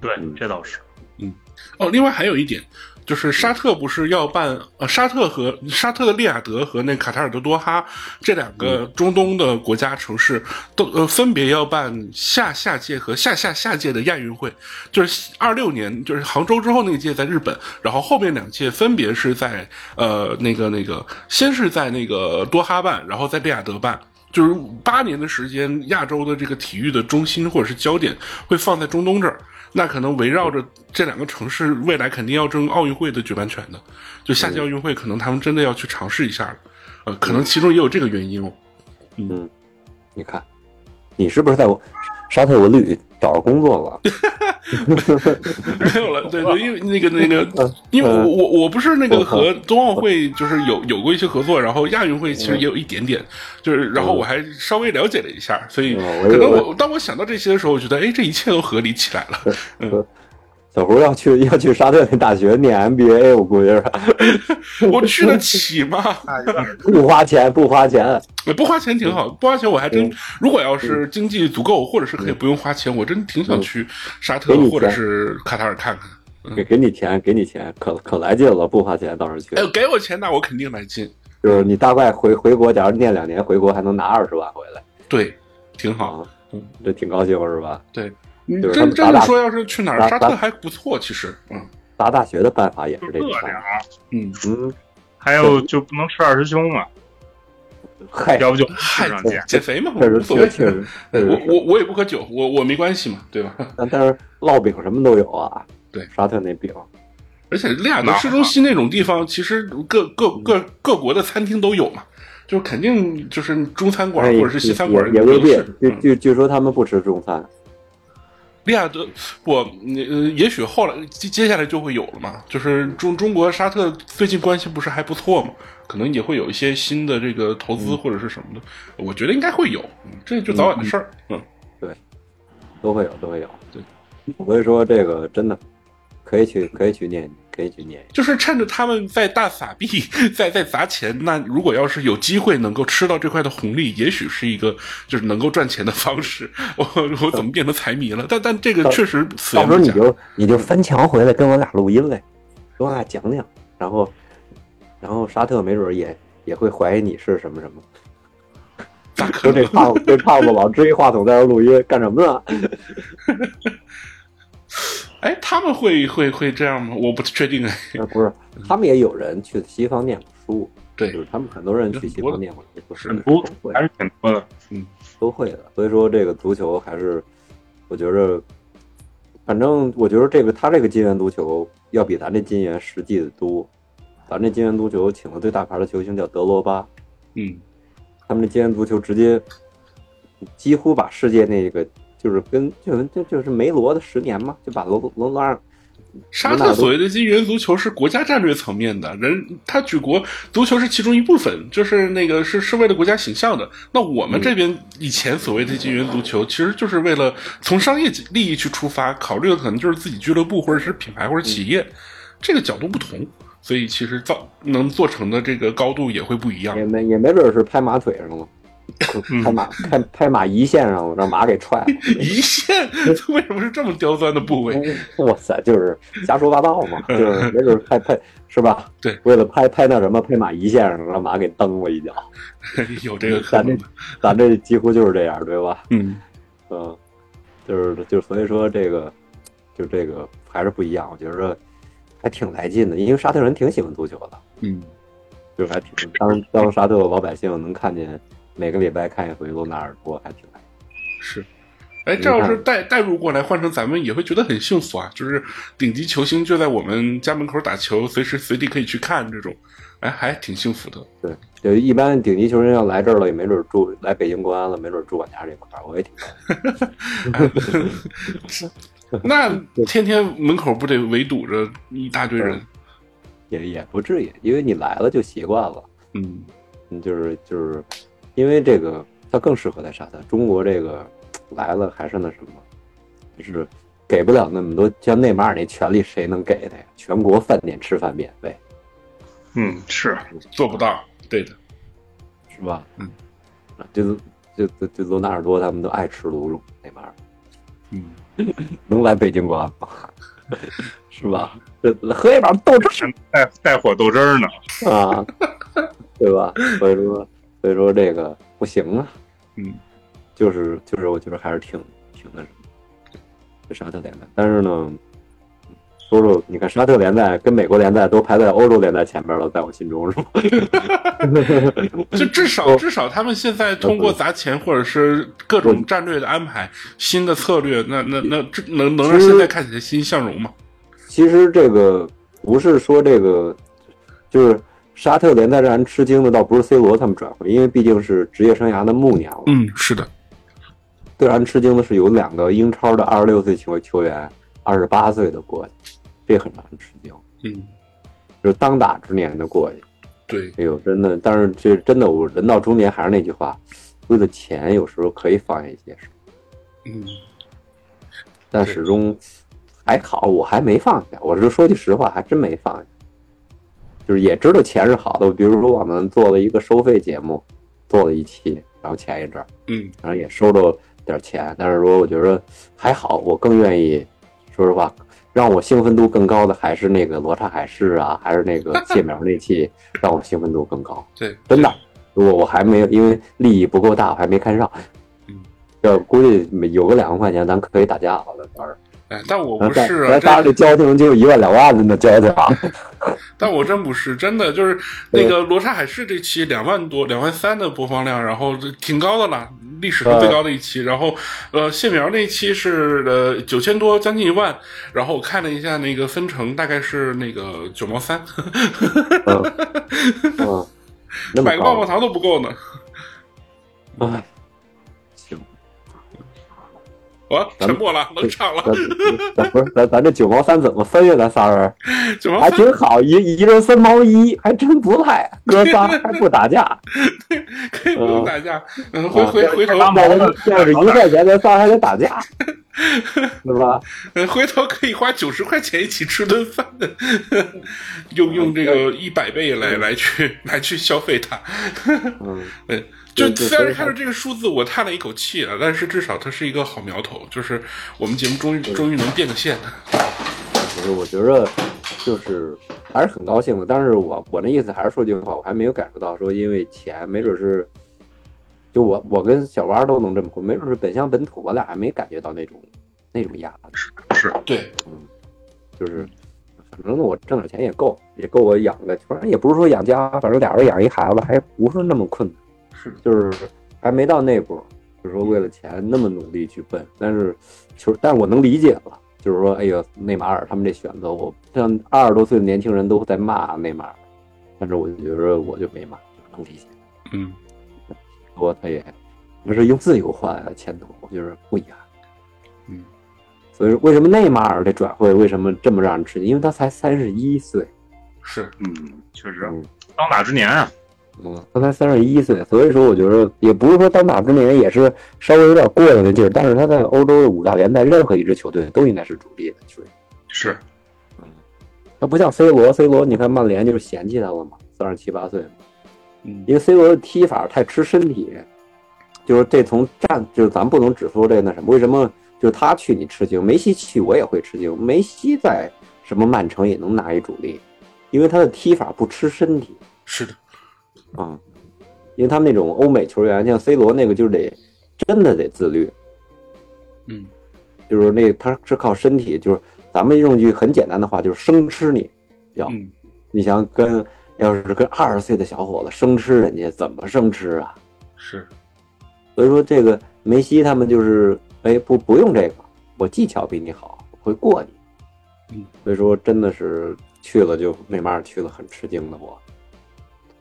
E: 对
D: 嗯，
E: 这倒是。
C: 哦，另外还有一点，就是沙特不是要办呃，沙特和沙特的利雅得和那卡塔尔的多哈这两个中东的国家城市都呃分别要办下下届和下下下届的亚运会，就是二六年就是杭州之后那届在日本，然后后面两届分别是在呃那个那个先是在那个多哈办，然后在利雅得办。就是八年的时间，亚洲的这个体育的中心或者是焦点会放在中东这儿，那可能围绕着这两个城市，未来肯定要争奥运会的举办权的。就夏季奥运会，可能他们真的要去尝试一下了。呃，
D: 嗯
C: 可能其中也有这个原
D: (laughs)
C: 因哦。
D: 你看，你是不是在我沙特文旅找着工作了？
C: 没有了，对对，因为那个那个
D: (laughs) 嗯，
C: 因为我我我不是那个
D: 嗯
C: 和冬奥会就是有有过一些合作，然后亚运会其实也有一点点，就是然后我还稍微了解了一下，所以
D: 嗯我
C: 可
D: 以
C: 能
D: 为
C: 我当我想到这些的时候，我觉得哎，这一切都合理起来
D: (laughs)
C: 了。
D: 小胡要去要去沙特那大学念 MBA，我估计
C: (laughs)
D: 是
C: 我去得起吗？
E: 那有点
D: 不花钱不花钱。
C: 呃不花钱挺好，不花钱我还真
D: 嗯，
C: 如果要是经济足够，或者是可以不用花钱，我真挺想去沙特
D: 给你
C: 或者
D: 钱
C: 是卡塔尔看看。
D: 给给你钱，给你钱，可可来劲了，不花钱到时候去
C: 哎，，给我钱那我肯定来劲，
D: 就是你大概回回国，假如念两年，回国还能拿二十万回来
C: 对，挺好。
D: 啊，这挺高兴是吧？
C: 嗯
D: 就是他
C: 真
D: 们
C: 真
D: 打
C: 的
D: 打
C: 说要是去哪儿，
D: 打
C: 沙特
D: 打
C: 还不错，其实，嗯
D: 打大学的办法也是这
E: 饿
D: 个
E: 点
D: 办法，
E: 儿，
C: 嗯，
D: 嗯，
E: 还有就不能吃二师兄嘛，
D: 哎嗨，
E: 要不就
C: 嗨
E: 吃上去。
C: 减肥嘛，
D: 确
C: 无
D: 实
C: 所谓
D: 确。实确
C: (laughs) 我
D: 实是，
C: 我我也不喝酒，我我没关系嘛，对吧？ (laughs)
D: 但但是烙饼什么都有啊，
C: 对
D: 沙特那饼，
C: 而且利雅得
E: 那
C: 市中心那种地方，其实各各各各国的餐厅都有嘛，就是肯定就是中餐馆
D: 哎
C: 或者是西餐馆
D: 也也
C: 都
D: 未必
C: 是，
D: 据
C: 嗯
D: 据据说他们不吃中餐，
C: 利雅得不，呃，也许后来接接下来就会有了嘛。就是中中国沙特最近关系不是还不错嘛，可能也会有一些新的这个投资或者是什么的，我觉得应该会有，嗯这就早晚的事儿。嗯，
D: 都会有都会有，
C: 对，
D: 所以说这个真的可以去可以去念，可以去念，
C: 就是趁着他们在大撒币，在在砸钱，那如果要是有机会能够吃到这块的红利，也许是一个就是能够赚钱的方式。 (laughs) 我我怎么变成财迷了？但但这个确实此
D: 到
C: 言
D: 时候
C: 不
D: 你
C: 假。
D: 就你就翻墙回来跟我俩录音嘞，跟我俩讲讲，然后然后沙特没准也也会怀疑你是什
C: (laughs)
D: 么什么，
C: 咋可
D: 说这
C: 能？
D: 胖子这胖子老支一话筒在这录音干什么呢？
C: (laughs) 哎，他们会会会这样吗？我不确定哎。
D: 呃不是，他们也有人去西方念过书，
C: 对
D: 就是他们很多人去西方念过书，是
E: 很
D: 都
E: 多
D: 会
E: 还是挺多的。嗯
D: 都会的，所以说这个足球还是我觉着，反正我觉得这个他这个金元足球要比咱这金元实际的多，咱这金元足球请了最大牌的球星叫德罗巴。
C: 嗯，
D: 他们的街边足球直接几乎把世界那个就是跟就跟就就是梅罗的十年嘛，就把罗罗拉尔
C: 沙特所谓的金元足球是国家战略层面的，人他举国足球是其中一部分，就是那个是是为了国家形象的。那我们这边以前所谓的金元足球，其实就是为了从商业利益去出发，考虑的可能就是自己俱乐部或者是品牌或者企业，这个角度不同，所以其实造能做成的这个高度也会不一样
D: 也。没也没准是拍马腿上了，拍马拍拍马一线上，让马给踹了。
C: 一线 (laughs) 为什么是这么刁钻的部位？ (laughs)
D: 嗯哇塞，就是瞎说八道嘛，就是没准拍拍是吧？
C: 对，
D: 为了拍拍那什么，拍马一线上让马给蹬了一脚，
C: 有这个可
D: 咱
C: 能
D: 这
C: 的。
D: 咱这几乎就是这样，对吧？
C: 嗯，
D: 嗯，就是就所以说这个，就这个还是不一样，我觉着还挺来劲的，因为沙特人挺喜欢足球的，
C: 嗯，
D: 就是还挺当当沙特老百姓能看见每个礼拜看一回罗纳尔多，还挺来劲。
C: 是。哎，这要是带带入过来，换成咱们也会觉得很幸福啊！就是顶级球星就在我们家门口打球，随时随地可以去看这种，哎，还挺幸福 (laughs) 的。
D: 对，就一般顶级球员要来这儿了，也没准住来北京国安了，没准住我家这块儿，我也挺
C: 那天天门口不得围堵着一大堆人？
D: 也也不至于，因为你来了就习惯了，
C: 嗯
D: 嗯，就是就是，因为这个它更适合在沙特，中国这个来了还是那什么，就是给不了那么多，像内马尔那权利谁能给他呀？全国饭店吃饭免费，
E: 嗯，是，
C: 做不到，对的。
D: 是吧？啊
C: 嗯，
D: 就就就就罗纳尔多他们都爱吃卤煮，内马尔
C: 嗯，
D: (laughs) 能来北京国安吗？ (laughs) 是
C: (laughs)
D: 吧？这喝一把豆汁儿
E: 带带火豆汁儿呢。
D: 啊，对吧？所以说，所以说这个不行啊，
C: 嗯，
D: 就是就是，我觉得还是挺挺那什么，这沙特联赛。但是呢，嗯说说你看，沙特联赛跟美国联赛都排在欧洲联赛前面了，在我心中是吧？ (laughs)
C: 就至少至少他们现在通过砸钱或者是各种战略的安排、新的策略，那那那这能能让现在看起来欣欣向荣吗？
D: 其实这个不是说这个，就是沙特联赛让人吃惊的，倒不是 C 罗他们转会，因为毕竟是职业生涯的暮年了。
C: 嗯，是的，
D: 最让人吃惊的是，有两个英超的二十六岁球球员，二十八岁的过去，这很让人吃惊。
C: 嗯，
D: 就是当打之年的过去。
C: 对，
D: 哎呦，真的，但是这真的，我人到中年还是那句话，为了钱有时候可以放下一些事，
C: 嗯
D: 但始终还好，我还没放下。我是说句实话，还真没放下。就是也知道钱是好的，比如说我们做了一个收费节目，做了一期，然后前一阵儿，
C: 嗯
D: 然后也收到点钱，但是说我觉得还好，我更愿意，说实话，让我兴奋度更高的还是那个罗刹海市啊，还是那
C: (laughs)
D: 个谢苗那期，让我兴奋度更高。
C: 对，
D: 真的，我我还没有，因为利益不够大，我还没看上
C: 嗯。
D: 要估计有个两万块钱，咱可以打架了。到时候，
C: 哎，但我
D: 咱
C: 不是啊，
D: 咱咱这
C: 这
D: 交情就一万两万的那交
C: (laughs)
D: 情啊。
C: 但我真不是，真的就是那个罗刹海市这期两万多、两万三的播放量，然后这挺高的了，历史上最高的一期。然后呃，谢苗那一期是呃九千多，将近一万。然后我看了一下那个分成，大概是那个九毛三，
D: 嗯，嗯那么
C: 买个棒
D: 高
C: 棒，糖都不够呢。
D: 哎，行，
C: 我沉默了，冷场了
D: 咱。哎咱不是咱咱这九毛三怎么分呀？咱仨人
C: 九 (laughs) 毛
D: 还
C: 三
D: 挺好，一一人三毛一，还真不赖。哥仨还不打架，
C: 可以不
D: 呃
C: 用打架，嗯，
D: 啊
C: 回回回头，
D: 要是要是一块钱，咱仨还得打架，对吧？
C: 嗯，回头可以花九十块钱一起吃顿饭，
D: 嗯
C: 用用这个一百倍来来去来去消费它。
D: 嗯。
C: 嗯，就
D: 对对
C: 虽然
D: 所以
C: 看
D: 还
C: 着这个数字，我叹了一口气啊，但是至少它是一个好苗头，就是我们节目终于终于能变个现了。
D: 就是我觉着就是还是很高兴的，但是我我那意思还是说句话，我还没有感受到说因为钱，没准是，就我我跟小蛙都能这么混，没准是本乡本土，我俩还没感觉到那种那种压力，
E: 是，
C: 对，
D: 就是反正我挣点钱也够，也够我养个，反正也不是说养家，反正俩人养一孩子还不是那么困难，
C: 是的，
D: 就是还没到那步儿，就是说为了钱那么努力去奔，但是球，但我能理解了，就是说，哎呦，内马尔他们这选择，我像二十多岁的年轻人都在骂内马尔，但是我就觉得我就没骂，就能理解。
C: 嗯，
D: 说他也不是用自由换啊前途，我觉得不遗憾。
C: 嗯，
D: 所以说为什么内马尔这转会为什么这么让人吃惊？因为他才三十一岁，
C: 是，
E: 嗯，确实
D: 嗯，
E: 当打之年啊，
D: 嗯，他才三十一岁，所以说我觉得也不是说当打之年，也是稍微有点过了那劲儿。但是他在欧洲的五大联赛任何一支球队都应该是主力的球员，
E: 是，
D: 他不像 C 罗，C 罗你看曼联就是嫌弃他了嘛，三十七八岁嘛，
C: 嗯
D: 因为 C 罗的踢法太吃身体，就是这从战，就是咱不能只说这那什么，为什么就是他去你吃惊，梅西去我也会吃惊，梅西在什么曼城也能拿一主力，因为他的踢法不吃身体
C: 是的，
D: 啊，因为他们那种欧美球员，像 C 罗那个就是得真的得自律，
C: 嗯，
D: 就是那他是靠身体，就是咱们用句很简单的话，就是生吃你，要、
C: 嗯
D: 你想跟要是跟二十岁的小伙子生吃人家怎么生吃啊？
C: 是，
D: 所以说这个梅西他们就是，哎，不不用这个，我技巧比你好，我会过你。
C: 嗯，
D: 所以说真的是去了就内马尔去了很吃惊的我。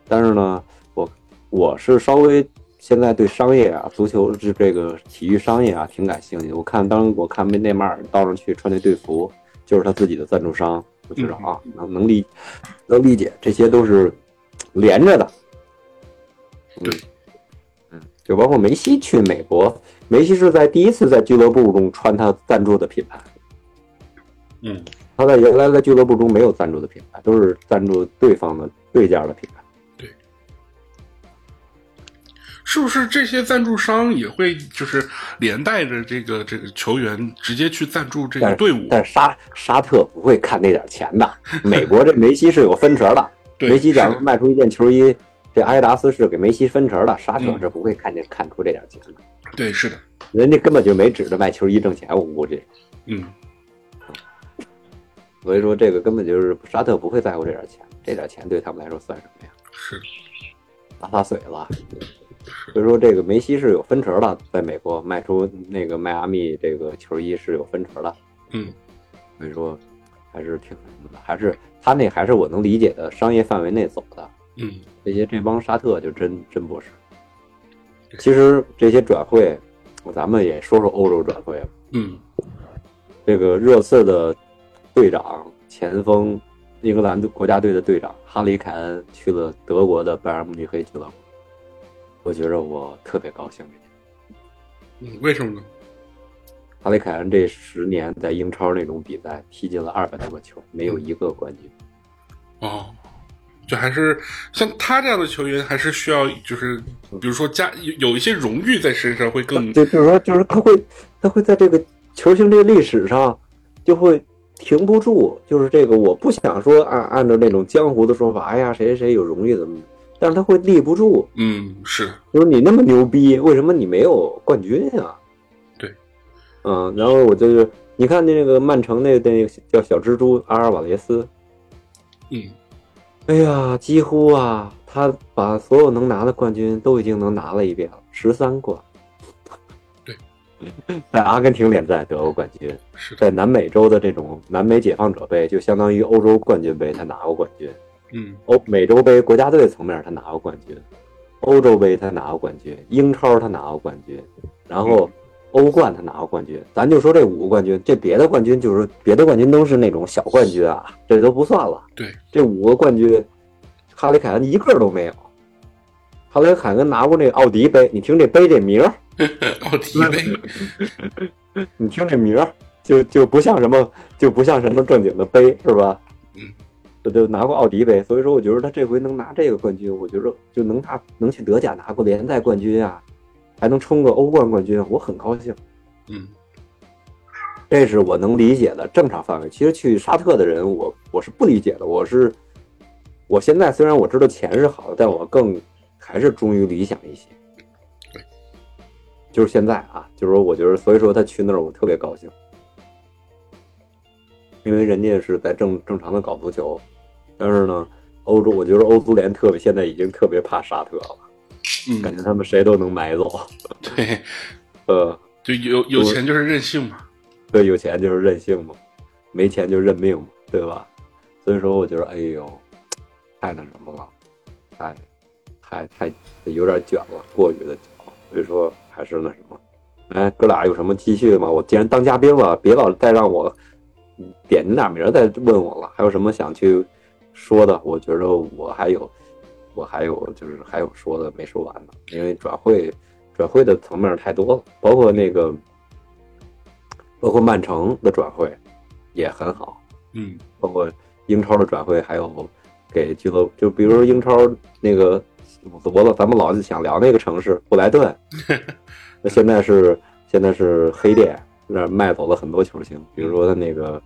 D: 但是呢，我我是稍微现在对商业啊、足球这这个体育商业啊挺感兴趣的。我看当我看内马尔到那儿去穿那队服，就是他自己的赞助商，我觉得啊能能理能理解，这些都是连着的。
C: 对
D: 嗯，嗯，就包括梅西去美国，梅西是在第一次在俱乐部中穿他赞助的品牌。
C: 嗯
D: 他在原来的俱乐部中没有赞助的品牌，都是赞助对方的对家的品牌。
C: 是不是这些赞助商也会就是连带着这个这个球员直接去赞助这个队伍？
D: 但是沙沙特不会看那点钱的，美国这梅西是有分成的。
C: (laughs) 对
D: 梅西假如
C: 是
D: 卖出一件球衣，这埃达斯是给梅西分成的，沙特
C: 嗯
D: 是不会看见看出这点钱的，
C: 对，是的，
D: 人家根本就没指着卖球衣挣钱，我估计。
C: 嗯，
D: 所以说这个根本就是沙特不会在乎这点钱，这点钱对他们来说算什么呀？
C: 是的，
D: 打洒水了。所以说，这个梅西是有分成的，在美国卖出那个迈阿密这个球衣是有分成的。
C: 嗯，
D: 所以说还是挺什么的，还是他那还是我能理解的商业范围内走的。
C: 嗯，
D: 这些这帮沙特就真真不是。其实这些转会，咱们也说说欧洲转会吧。
C: 嗯，
D: 这个热刺的队长前锋，英格兰国家队的队长哈里凯恩去了德国的拜仁慕尼黑俱乐部，我觉着我特别高兴这件事。
C: 嗯，为什么呢？
D: 哈里凯恩这十年在英超那种比赛踢进了二百多个球，没有一个冠军。
C: 哦，就还是像他这样的球员，还是需要就是比如说加有有一些荣誉在身上会更
D: 嗯对，就是说，就是他会，他会在这个球星这历史上就会停不住。就是这个，我不想说按按照那种江湖的说法，哎呀，谁谁谁有荣誉怎么，但是他会立不住。
C: 嗯，是的，
D: 就是你那么牛逼，为什么你没有冠军呀、
C: 对，
D: 嗯，然后我就是你看那个曼城那那个叫小蜘蛛阿尔瓦雷斯，
C: 嗯，
D: 哎呀，几乎啊，他把所有能拿的冠军都已经能拿了一遍了，十三冠。
C: 对，
D: (laughs) 在阿根廷联赛得过冠军，
C: 是的，
D: 在南美洲的这种南美解放者杯，就相当于欧洲冠军杯，他拿过冠军。
C: 嗯，
D: 欧美洲杯国家队层面他拿过冠军，欧洲杯他拿过冠军，英超他拿过冠军，然后欧冠他拿过冠军。咱就说这五个冠军，这别的冠军就是别的冠军都是那种小冠军啊，这都不算了。
C: 对，
D: 这五个冠军，哈里凯恩一个都没有。哈里凯恩拿过那个奥迪杯，你听这杯这名儿，
C: 嗯奥迪杯，
D: 你听这名儿，就就不像什么，就不像什么正经的杯，是吧？
C: 嗯，
D: 这就拿过奥迪杯，所以说我觉得他这回能拿这个冠军，我觉得就能拿能去德甲拿过联赛冠军啊，还能冲个欧冠冠军，我很高兴。
C: 嗯，
D: 这是我能理解的正常范围。其实去沙特的人我，我是不理解的。我是我现在虽然我知道钱是好的，但我更还是忠于理想一些。
C: 对，
D: 就是现在啊，就是说，我觉得，所以说他去那儿，我特别高兴，因为人家是在正正常的搞足球，但是呢，欧洲我觉得欧足联特别现在已经特别怕沙特了，感
C: 嗯，
D: 觉他们谁都能买走。
C: 对，
D: 呃，
C: 就有有钱就是任性嘛，
D: 对，有钱就是任性嘛，没钱就认命嘛，对吧？所以说，我觉得，哎呦，太那什么了，太，太太有点卷了，过于的卷了。所以说，还是那什么，哎，哥俩有什么继续吗？我既然当嘉宾了，别老再让我点你俩名儿再问我了。还有什么想去说的？我觉得我还有，我还有就是还有说的没说完呢，因为转会转会的层面太多了，包括那个。包括曼城的转会也很好，
C: 嗯
D: 包括英超的转会，还有给俱乐部，就比如说英超那个我老咱们老想聊那个城市布莱顿，那现在是现在是黑店，那卖走了很多球星，比如说他那个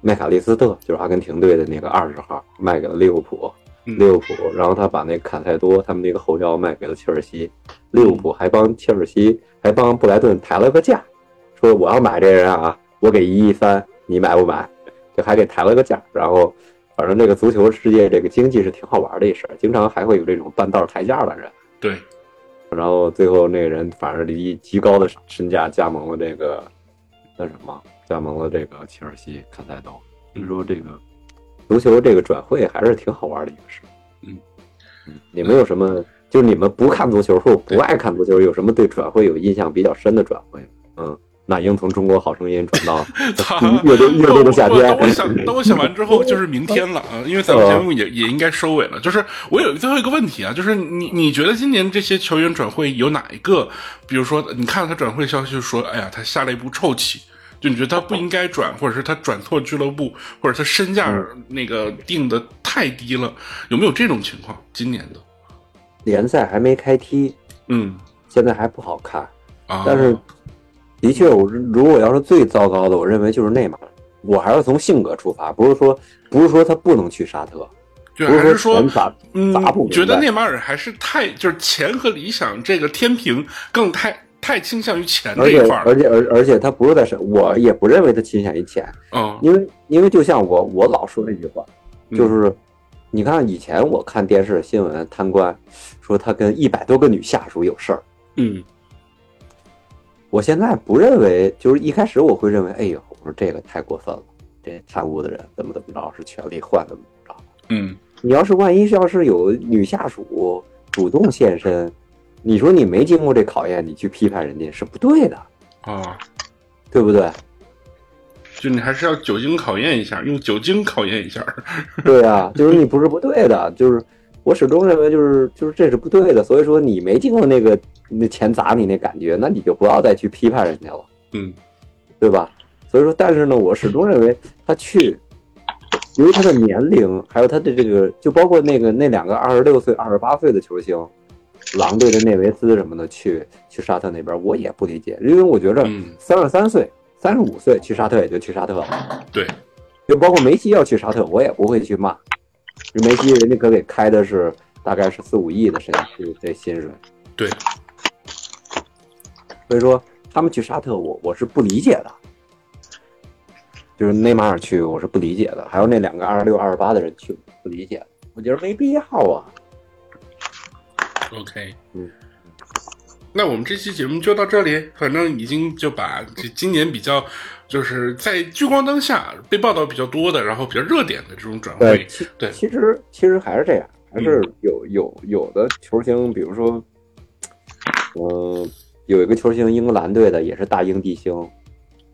D: 麦卡利斯特，就是阿根廷队的那个二十号，卖给了利物浦，
C: 嗯
D: 利物浦，然后他把那卡塞多他们那个后腰卖给了切尔西，利物
C: 嗯
D: 浦还帮切尔西还帮布莱顿抬了个价，说我要买这人啊，我给一亿三，你买不买？这还给抬了个价，然后反正这个足球世界这个经济是挺好玩的一事儿，经常还会有这种半道儿抬价的人。
C: 对，
D: 然后最后那个人反正以极高的身价加盟了这个那什么，加盟了这个切尔西看赛道。所以
C: 嗯
D: 说这个足球这个转会还是挺好玩的一个事儿。
C: 嗯
D: 嗯，你们有什么？就是你们不看足球或者不
C: 对
D: 爱看足球，有什么对转会有印象比较深的转会？嗯，那英从中国好声音转
C: (laughs)
D: 到
C: 操
D: (laughs) 乐队乐嗯队的夏天
C: 等 (laughs) 我想，等我想完之
D: (laughs)
C: 后就是明天了啊，因为咱们节目也也应该收尾了。就是我有最后一个问题啊，就是你你觉得今年这些球员转会有哪一个？比如说，你看他转会消息就说，哎呀，他下了一步臭棋。就你觉得他不应该转，或者是他转错俱乐部，或者他身价
D: 嗯
C: 那个定的太低了，有没有这种情况？今年的，
D: 联赛还没开踢，
C: 嗯
D: 现在还不好看。
C: 啊，
D: 但是，的确，我如果要是最糟糕的，我认为就是内马尔。我还是从性格出发，不是说不是说他不能去沙特，
C: 就
D: 不
C: 还
D: 是
C: 是说
D: 全砸
C: 嗯
D: 砸不明白。
C: 觉得内马尔还是太就是钱和理想这个天平更太太倾向于钱这
D: 而
C: 一
D: 且
C: 块儿
D: 而且而而且他不是在省，我也不认为他倾向于钱，
C: 嗯
D: 因为因为就像我我老说那句话，
C: 嗯
D: 就是、你看以前我看电视新闻贪官说他跟一百多个女下属有事儿，
C: 嗯
D: 我现在不认为，就是一开始我会认为，哎呦，我说这个太过分了，这贪污的人怎么怎么着是权力换怎么怎么着。
C: 嗯
D: 你要是万一要是有女下属主动现身，你说你没经过这考验，你去批判人家是不对的，
C: 啊，
D: 对不对？
C: 就你还是要酒精考验一下，用酒精考验一下。
D: 对啊，就是你不是不对的，就是我始终认为就是就是这是不对的，所以说你没经过那个那钱砸你那感觉，那你就不要再去批判人家了。
C: 嗯
D: 对吧？所以说，但是呢，我始终认为他去，由于他的年龄，还有他的这个，就包括那个那两个二十六岁、二十八岁的球星，狼队的内维斯什么的，去去沙特那边，我也不理解，因为我觉着
C: 嗯，
D: 三十三岁、三十五岁去沙特也就去沙特了，
C: 对，
D: 就包括梅西要去沙特，我也不会去骂，梅西人家可给开的是大概是四五亿的身这这薪水，
C: 对，
D: 所以说他们去沙特我，我是不理解的，就是内马尔去我是不理解的，还有那两个二十六、二十八的人去我不理解，我觉得没必要啊。
C: (laughs) OK，
D: 嗯
C: 那我们这期节目就到这里，反正已经就把这今年比较就是在聚光灯下被报道比较多的，然后比较热点的这种转会，
D: 其
C: 对嗯
D: 其实其实还是这样，还是有有有的球星，比如说，嗯、有一个球星，英格兰队的也是大英帝星，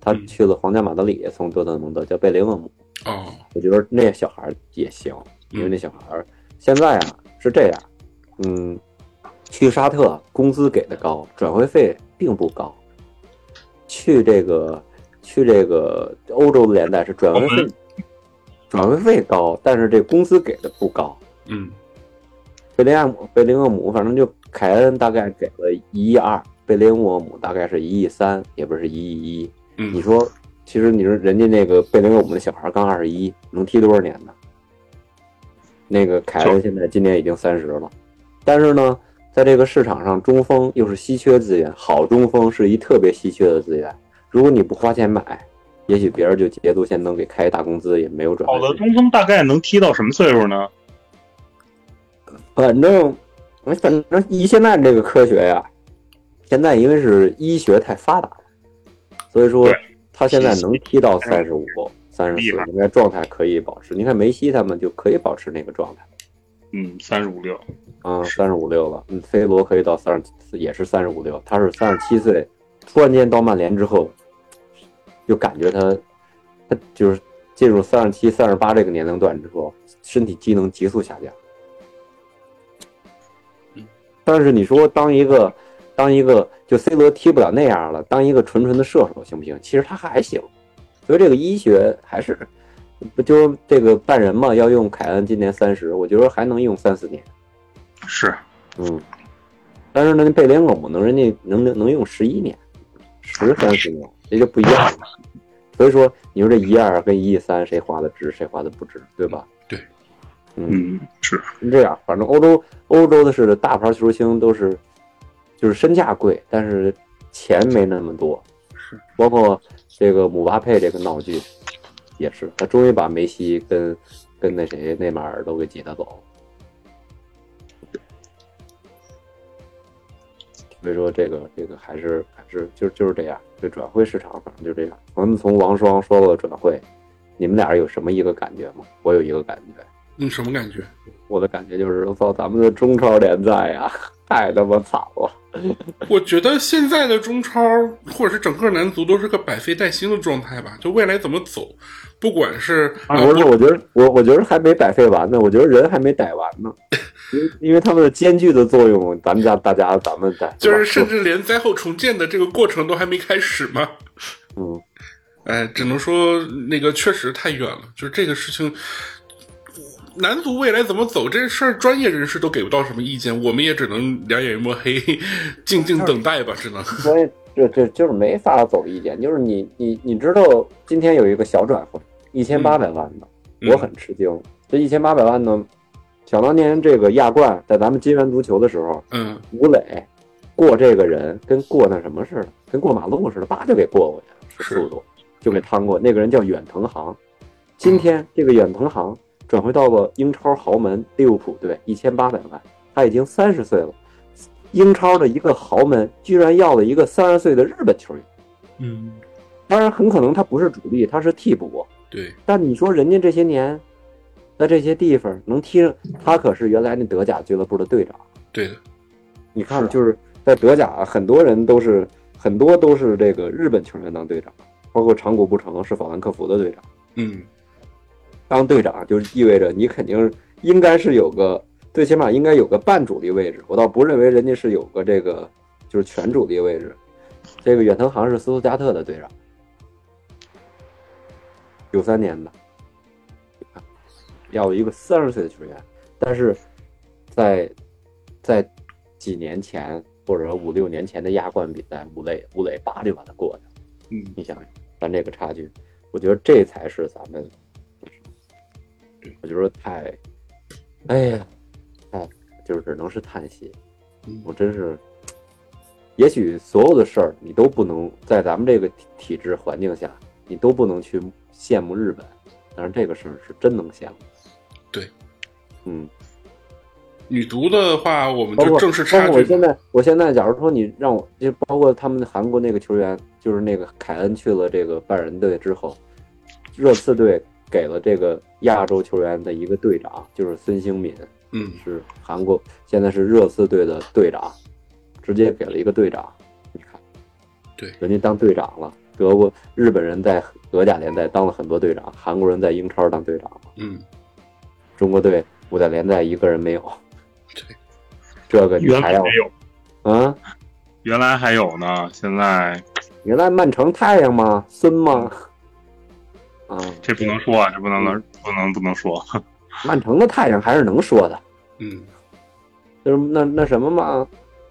D: 他
C: 嗯
D: 去了皇家马德里，从多特蒙德叫贝林厄姆，
C: 哦，
D: 我觉得那小孩儿也行，因为
C: 嗯
D: 那小孩儿现在啊是这样，嗯，去沙特工资给的高，转会费并不高，去这个去这个欧洲的联赛是转会费，转会费高，但是这工资给的不高。
C: 嗯
D: 贝林厄姆，贝林厄姆，反正就凯恩大概给了一亿二，贝林厄姆大概是一亿三，也不是一亿一。你
C: 嗯，
D: 说，其实你说人家那个贝林厄姆的小孩刚二十一，能踢多少年呢？那个凯恩现在今年已经三十了，但是呢，在这个市场上，中锋又是稀缺资源，好中锋是一特别稀缺的资源。如果你不花钱买，也许别人就捷足先登，给开一大工资，也没有转
E: 好的
D: 会费。
E: 中锋大概能踢到什么岁数呢？
D: 反正，反正以现在这个科学呀，现在因为是医学太发达了，所以说
E: 对
D: 他现在能踢到三十五、三十
E: 厉
D: 四
E: 害，
D: 应该状态可以保持。你看梅西他们就可以保持那个状态，
E: 嗯，三十五六。
D: 啊、3三十五六了。嗯，C 罗可以到三十，也是三十五六，他是三十七岁，突然间到曼联之后，就感觉他，他就是进入三十七、三十八这个年龄段之后，身体机能急速下降。但是你说当一个当一个就 C 罗踢不了那样了，当一个纯纯的射手行不行？其实他还行，所以这个医学还是不就这个半人嘛，要用凯恩今年三十，我觉得还能用三四年。
E: 是，
D: 嗯，但是呢，贝林厄姆能人家能能能用十一年，十三十年，这就不一样。所以说，你说这一二跟一三谁花的值，谁花的不值，对吧？
C: 对，
D: 嗯，
E: 嗯，是，
D: 这样，反正欧洲欧洲的是的大牌球星都是，就是身价贵，但是钱没那么多。
C: 是，
D: 包括这个姆巴佩这个闹剧，也是他终于把梅西跟跟那谁内马尔都给挤得走。所以说这个这个还是还是就就是这样，这转会市场反正就这样。咱们从王双说到转会，你们俩有什么一个感觉吗？我有一个感觉，
C: 你什么感觉？
D: 我的感觉就是，我操，咱们的中超联赛呀、太他妈惨了。
C: 我觉得现在的中超或者是整个男足都是个百废待兴的状态吧，就未来怎么走，不管是
D: 啊，不是，我觉得我我觉得还没百废完呢，我觉得人还没逮完
C: (laughs)
D: 呢，因为因为他们的艰巨的作用，咱们家大家咱们逮
C: 就是
D: 是
C: 甚
D: 吧
C: 至连灾后重建的这个过程都还没开始嘛。
D: 嗯，
C: 哎，只能说那个确实太远了，就是这个事情，男足未来怎么走这事儿，专业人士都给不到什么意见，我们也只能两眼一抹黑，静静等待吧，只能。
D: 所以这这就是没法走意见，就是你你你知道今天有一个小转会，一千八百万呢，
C: 嗯
D: 我很吃惊，这一千八百万呢，想当年这个亚冠在咱们金元足球的时候，
C: 嗯，
D: 吴磊过这个人跟过那什么似的，跟过马路似的，叭就给过过去了，
C: 是
D: 速度就给趟过。那个人叫远藤航，今天这个远藤航转回到了英超豪门利物浦队，一千八百万，他已经三十岁了。英超的一个豪门居然要了一个三十岁的日本球员，
C: 嗯，
D: 当然很可能他不是主力，他是替补。
C: 对，
D: 但你说人家这些年在这些地方能踢上，他可是原来那德甲俱乐部的队长。
C: 对的，
D: 你看，就是在德甲，很多人都是很多都是这个日本球员当队长，包括长谷部成是法兰克福的队长。
C: 嗯，
D: 当队长啊就意味着你肯定应该是有个最起码应该有个半主力位置，我倒不认为人家是有个这个就是全主力位置。这个远藤航是斯图加特的队长，九三年的，要一个三十岁的球员，但是在在几年前或者五六年前的亚冠比赛，吴磊吴磊叭就把他过去了。
E: 嗯，
D: 你想，咱这个差距，我觉得这才是咱们，我觉得太，哎呀，太就是只能是叹息。我真是，也许所有的事儿你都不能在咱们这个体体制环境下，你都不能去羡慕日本，但是这个事儿是真能羡慕。
C: 对，
D: 嗯，
C: 女足的话，我们
D: 包
C: 就
D: 括
C: 正式
D: 包
C: 差
D: 括我
C: 距
D: 现在，我现在假如说你让我，就包括他们韩国那个球员，就是那个凯恩去了这个拜仁队之后，热刺队给了这个亚洲球员的一个队长，就是孙兴敏，
C: 嗯，
D: 是韩国现在是热刺队的队长，直接给了一个队长。你看，
C: 对
D: 人家当队长了。德国、日本人在德甲联赛当了很多队长，韩国人在英超当队长了。
C: 嗯，
D: 中国队五大联赛一个人没有。
C: 对，
D: 这个你
E: 原
D: 还
E: 来
D: 要
E: 还有，
D: 啊？
E: 原来还有呢，现在
D: 原来曼城太阳吗？孙吗？啊，
E: 这不能说啊，这不能不能不能说，
D: 曼城的太阳还是能说的，
C: 嗯，
D: 就是那那什么嘛，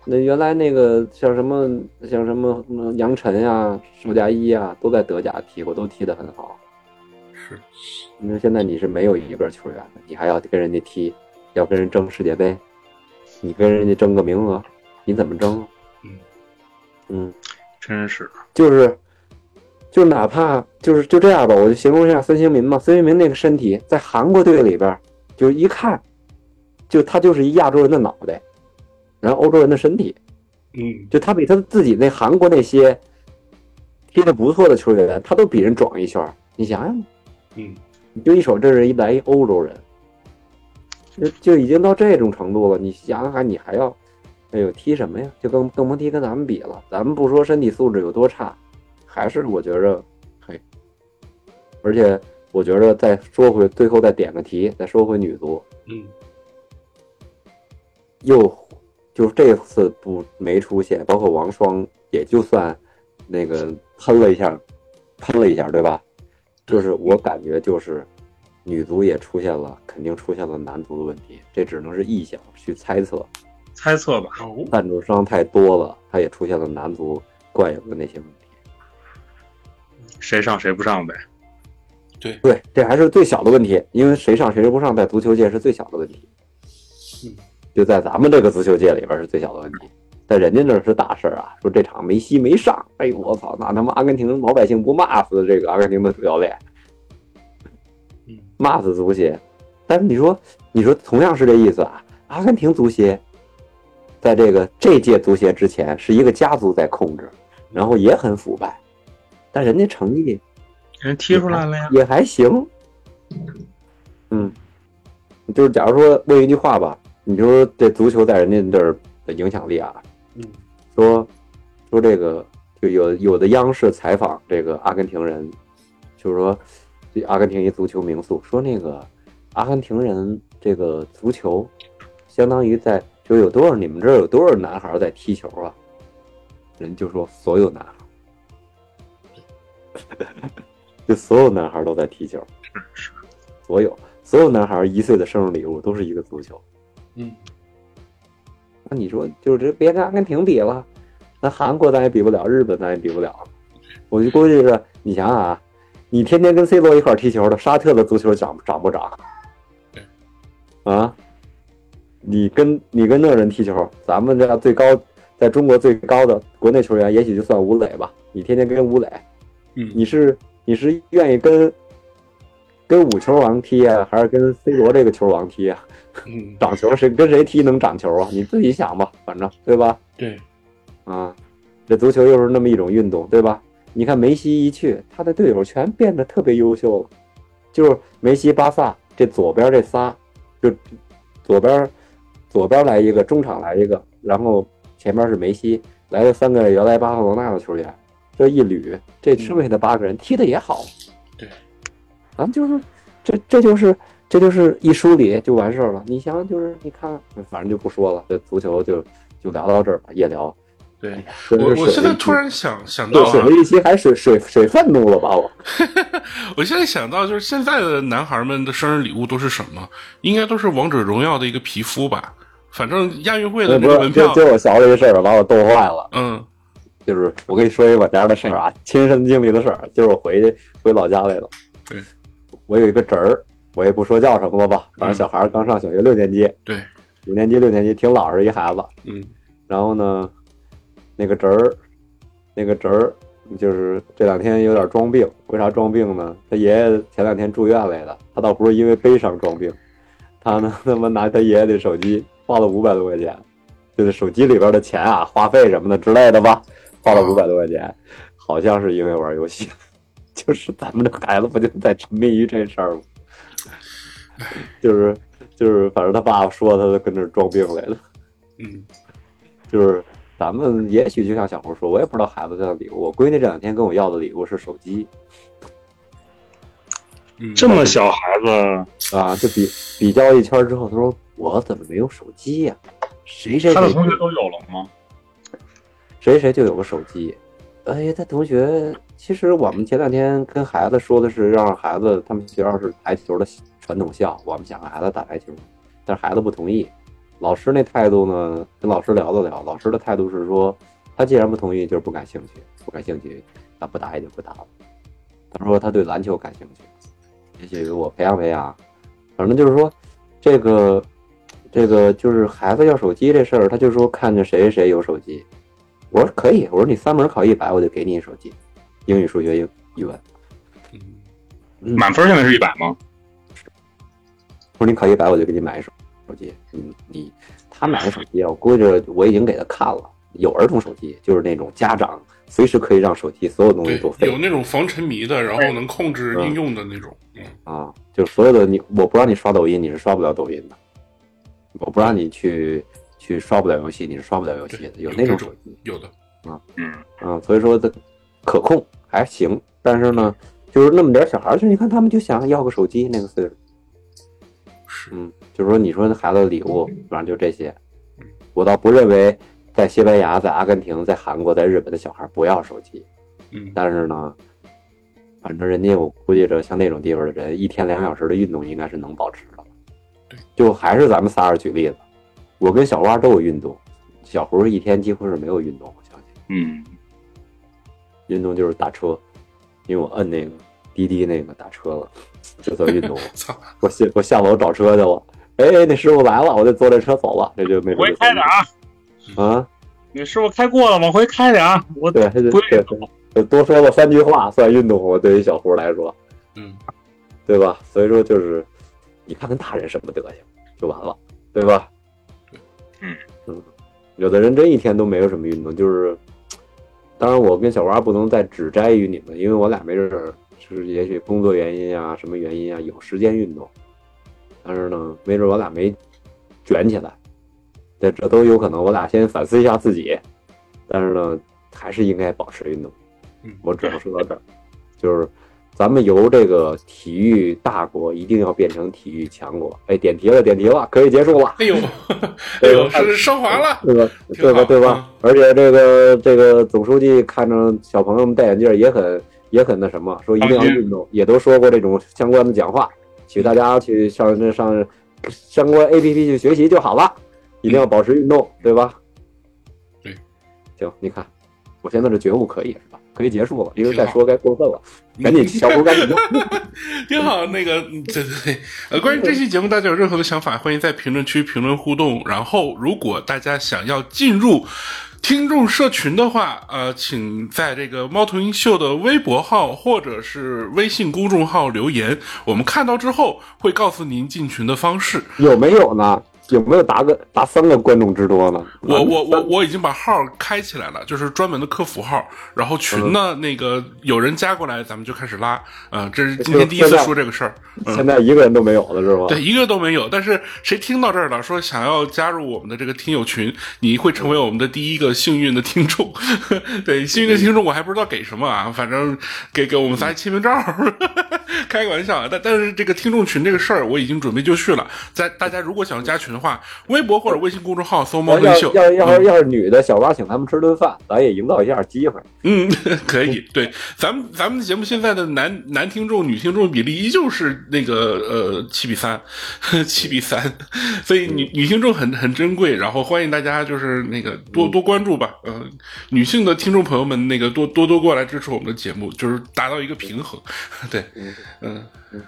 D: 那原来那个像什么像什么嗯杨晨呀、邵佳一呀、都在德甲踢过，都踢得很好。
C: 是，
D: 你说现在你是没有一个球员的，你还要跟人家踢，要跟人争世界杯，你跟人家争个名额，你怎么争啊？
C: 嗯
D: 嗯，
E: 真是，
D: 就是，就哪怕就是就这样吧，我就形容一下孙兴民吧。孙兴民那个身体，在韩国队里边儿，就是一看，就他就是一亚洲人的脑袋，然后欧洲人的身体，
C: 嗯，
D: 就他比他自己那韩国那些踢得不错的球员，他都比人壮一圈儿。你想想，
C: 嗯，
D: 你就一瞅，这是一来一欧洲人，就就已经到这种程度了。你想想看，你还要，哎呦，踢什么呀？就更更甭提跟咱们比了。咱们不说身体素质有多差，还是我觉着，嘿，而且我觉着再说回最后再点个题，再说回女足，
C: 嗯，
D: 又就是这次不没出现，包括王双也就算那个喷了一下，喷了一下，对吧？就是我感觉就是女足也出现了，肯定出现了男足的问题，这只能是臆想去猜测，
E: 猜测吧。
C: 哦，
D: 赞助商太多了，它也出现了男足惯有的那些问题。
E: 谁上谁不上呗。
D: 对，这还是最小的问题，因为谁上谁不上，在足球界是最小的问题。就在咱们这个足球界里边是最小的问题，在人家那儿是大事儿啊！说这场梅西没上，哎呦我操，那他妈阿根廷老百姓不骂死这个阿根廷的主教练
E: 嗯，
D: 骂死足协。但是你说，你说同样是这意思啊，阿根廷足协在这个这届足协之前是一个家族在控制，然后也很腐败，但人家成绩
E: 人踢出来了呀，
D: 也还行。嗯，就是假如说问一句话吧，你就说这足球在人家那儿的影响力啊，
E: 嗯，
D: 说说这个就有有的央视采访这个阿根廷人，就是说这阿根廷一足球名宿说那个阿根廷人这个足球相当于在就有多少你们这儿有多少男孩儿在踢球啊？人就说所有男孩儿，就所有男孩儿都在踢球，
E: 是
D: 所有所有男孩儿一岁的生日礼物都是一个足球。
E: 嗯，
D: 那你说就是这别跟阿根廷比了，那韩国咱也比不了，日本咱也比不了。我就估计是你想想啊，你天天跟 C 罗一块儿踢球的，沙特的足球涨涨不涨？啊，你跟你跟那人踢球，咱们这最高在中国最高的国内球员，也许就算吴磊吧。你天天跟吴磊，
E: 嗯
D: 你是你是愿意跟跟五球王踢啊，还是跟 C 罗这个球王踢啊？ (laughs)
C: 嗯，
D: 涨球谁跟谁踢能涨球啊？你自己想吧，反正对吧？
C: 对，
D: 啊，这足球又是那么一种运动，对吧？你看梅西一去，他的队友全变得特别优秀了，就是梅西、巴萨这左边这仨，就左边左边来一个，中场来一个，然后前面是梅西，来了三个原来巴塞罗那的球员，这一捋，这剩下的八个人踢的也好，
C: 对，
D: 咱们就是这这就是这就是一梳理就完事儿了。你想想，就是你看，反正就不说了，这足球就就聊到这儿吧，夜聊。
C: 对
D: 真是
C: 我
D: 水
C: 我现在
D: 了一
C: 突
D: 期
C: 然想想到
D: 对水
C: 啊
D: 了，一期还水水水愤怒了吧我？
C: 我现在想到就是现在的男孩们的生日礼物都是什么？应该都是王者荣耀的一个皮肤吧？反正亚运会的那
D: 呃不
C: 个
D: 是，
C: 门
D: 就
C: 票，
D: 就我想了一个事儿，把我逗坏了。
C: 嗯
D: 就是我跟你说一个我家的事儿啊，亲身经历的事儿，就是我回去回老家来了。
C: 对，
D: 我有一个侄儿，我也不说叫什么了吧，反正小孩儿刚上小学六年级，
C: 嗯对，
D: 五年级六年级挺老实一孩子。
C: 嗯
D: 然后呢，那个侄儿，那个侄儿就是这两天有点装病。为啥装病呢？他爷爷前两天住院来的，他倒不是因为悲伤装病，他呢他妈拿他爷爷的手机花了五百多块钱，就是手机里边的钱啊，话费什么的之类的吧，花了五百多块钱，好像是因为玩游戏。 (laughs) 就是咱们这孩子不就在沉迷于这事儿吗？就是就是，反正他爸说他跟那儿装病来了。
C: 嗯
D: 就是咱们也许就像小胡说，我也不知道孩子要的礼物。我闺女这两天跟我要的礼物是手机
C: 嗯，
E: 这么小孩子，
D: 啊，就比比较一圈之后，她说我怎么没有手机呀、谁谁
E: 他的
D: 谁
E: 同学都有了吗？
D: 谁谁就有个手机。哎呀，他同学，其实我们前两天跟孩子说的是让孩子他们学校是台球的传统校，我们想让孩子打台球，但是孩子不同意。老师那态度呢，跟老师聊了聊，老师的态度是说，他既然不同意，就是不感兴趣，不感兴趣，那不打也就不打了。他说他对篮球感兴趣，也许我培养培养，反正就是说，这个，这个就是孩子要手机这事儿，他就说看着谁谁谁有手机，我说可以，我说你三门考一百，我就给你一手机，英语、数学、英语文。嗯
E: 满分现在是一百吗？
D: 我说你考一百，我就给你买一手手机。你你他买的手机啊，我估计我已经给他看了，有儿童手机，就是那种家长随时可以让手机所有东西
C: 对
D: 都，飞
C: 有那种防沉迷的，然后能控制应用的那种，嗯
D: 啊，就所有的你，我不让你刷抖音，你是刷不了抖音的；我不让你去去刷不了游戏，你是刷不了游戏的。
C: 对
D: 有
C: 有
D: 那
C: 这
D: 种
C: 种
D: 手机，
C: 有的，
D: 嗯，所以说这可控还行，但是呢，就是那么点儿小孩儿，就你看他们就想要个手机那个岁数，
C: 是
D: 嗯，就是说你说那孩子的礼物，反正就这些。我倒不认为在西班牙、在阿根廷、在韩国、在日本的小孩不要手机，
C: 嗯？
D: 但是呢，反正人家我估计着像那种地方的人，一天两小时的运动应该是能保持的。就还是咱们仨人举例子，我跟小蛙都有运动，小胡一天几乎是没有运动，我相信
E: 嗯，
D: 运动就是打车，因为我摁那个滴滴那个打车了， (laughs) 这算
E: (laughs)
D: 运动吗
C: 操，
D: 我下我下楼找车去了，哎，那师傅来了，我就坐这车走了，这就没准
E: 回
D: 就
E: 开
D: 算
E: 点啊！
D: 运动啊，
E: 你师傅开过了，往回开点啊！我
D: 对对
E: 不运
D: 对
E: 动，
D: 对，多说了三句话算运动吗？对于小胡来说，
C: 嗯，
D: 对吧？所以说就是，你看看大人什么德行就完了，对吧？
E: 嗯
D: 嗯，有的人真一天都没有什么运动，就是，当然我跟小蛙不能再只摘于你们，因为我俩没准儿就是也许工作原因啊，什么原因啊，有时间运动，但是呢，没准我俩没卷起来，这这都有可能。我俩先反思一下自己，但是呢，还是应该保持运动
C: 嗯。
D: 我只能说到这儿，就是咱们由这个体育大国一定要变成体育强国。哎，点题了，点题了，可以结束了。
C: 哎呦， (laughs) 哎呦，是升华了，
D: 对吧？
C: 挺
D: 对
C: 好嗯
D: 吧？对吧？而且这个这个总书记看着小朋友们戴眼镜儿也很也很那什么，说一定要
E: 放心
D: 运动，也都说过这种相关的讲话，请大家去上这上相关 A P P 去学习就好了，一定要保持运动，对吧？
C: 对，
D: 行，你看，我现在这觉悟可以是吧？可以结束了，因为
C: 挺好
D: 再说该过分了，赶紧小胡赶紧弄。
C: (laughs) 挺好，那个，嗯对对对，呃，关于这期节目，大家有任何的想法，欢迎在评论区评论互动。然后，如果大家想要进入听众社群的话，呃，请在这个猫头鹰秀的微博号或者是微信公众号留言，我们看到之后会告诉您进群的方式。
D: 有没有呢？有没有达个达三个观众之多呢？啊
C: 我我我我已经把号开起来了，就是专门的客服号。然后群呢，那个有人加过来，咱们就开始拉。呃，这是今天第一次说这个事儿。嗯
D: 现在一个人都没有了是吧？
C: 对，一个都没有。但是谁听到这儿了，说想要加入我们的这个听友群，你会成为我们的第一个幸运的听众。 (laughs) 对，幸运的听众我还不知道给什么啊，反正给给我们仨签名照儿， (laughs) 开个玩笑啊。但但是这个听众群这个事儿，我已经准备就绪了。在大家如果想要加群的话，微博或者微信公众号搜“猫
D: 呃要
C: 头鹰
D: 要
C: 秀”，
D: 要要是要是女的小蛙请他们吃顿饭，咱也营造一下机会。
C: 嗯，可以。对，咱们咱们节目现在的男男听众、女听众比例依旧是那个呃七比三， (laughs) 七比三，所以女
D: 嗯
C: 女听众很很珍贵。然后欢迎大家就是那个
D: 嗯
C: 多多关注吧，呃，女性的听众朋友们那个多多多过来支持我们的节目，就是达到一个平衡。对，
D: 嗯
C: 嗯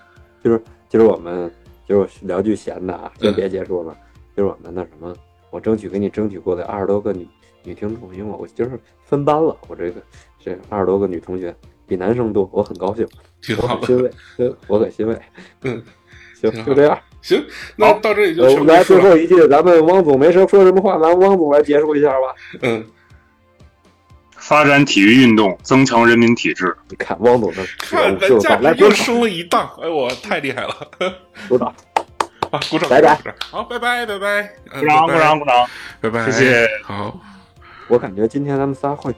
D: 就是就是我们就是聊句闲的啊，
C: 嗯
D: 先别结束了。就是我们那什么，我争取给你争取过来二十多个女女听众，因为我就是分班了，我这个这二十多个女同学比男生多，我很高兴，
C: 挺
D: 我
C: 好
D: 很。欣慰，对我很欣慰。
C: 嗯，
D: 行
C: 挺，好
D: 就这样。
C: (laughs) 行，那到这里就
D: 呃
C: 全部
D: 来
C: 结束
D: 最
C: 了。
D: 后一句，咱们汪总没说说什么话，咱们汪总来结束一下吧。
C: 嗯，
E: 发展体育运动，增强人民体质。
D: 你看汪总
C: (laughs)
D: 的觉
C: 看
D: 悟
C: 咱
D: 就
C: 价
D: 早来
C: 值
D: 鼓
C: 又
D: 掌，
C: 升了一档，哎，我太厉害了！ (laughs)
D: 鼓掌。
C: 啊，鼓掌，
D: 拜拜
C: 鼓掌，好，拜拜，拜拜，嗯
E: 鼓掌，鼓掌，，鼓掌！
C: 拜拜，拜拜
E: 谢谢
C: 好。
D: 我感觉今天咱们仨会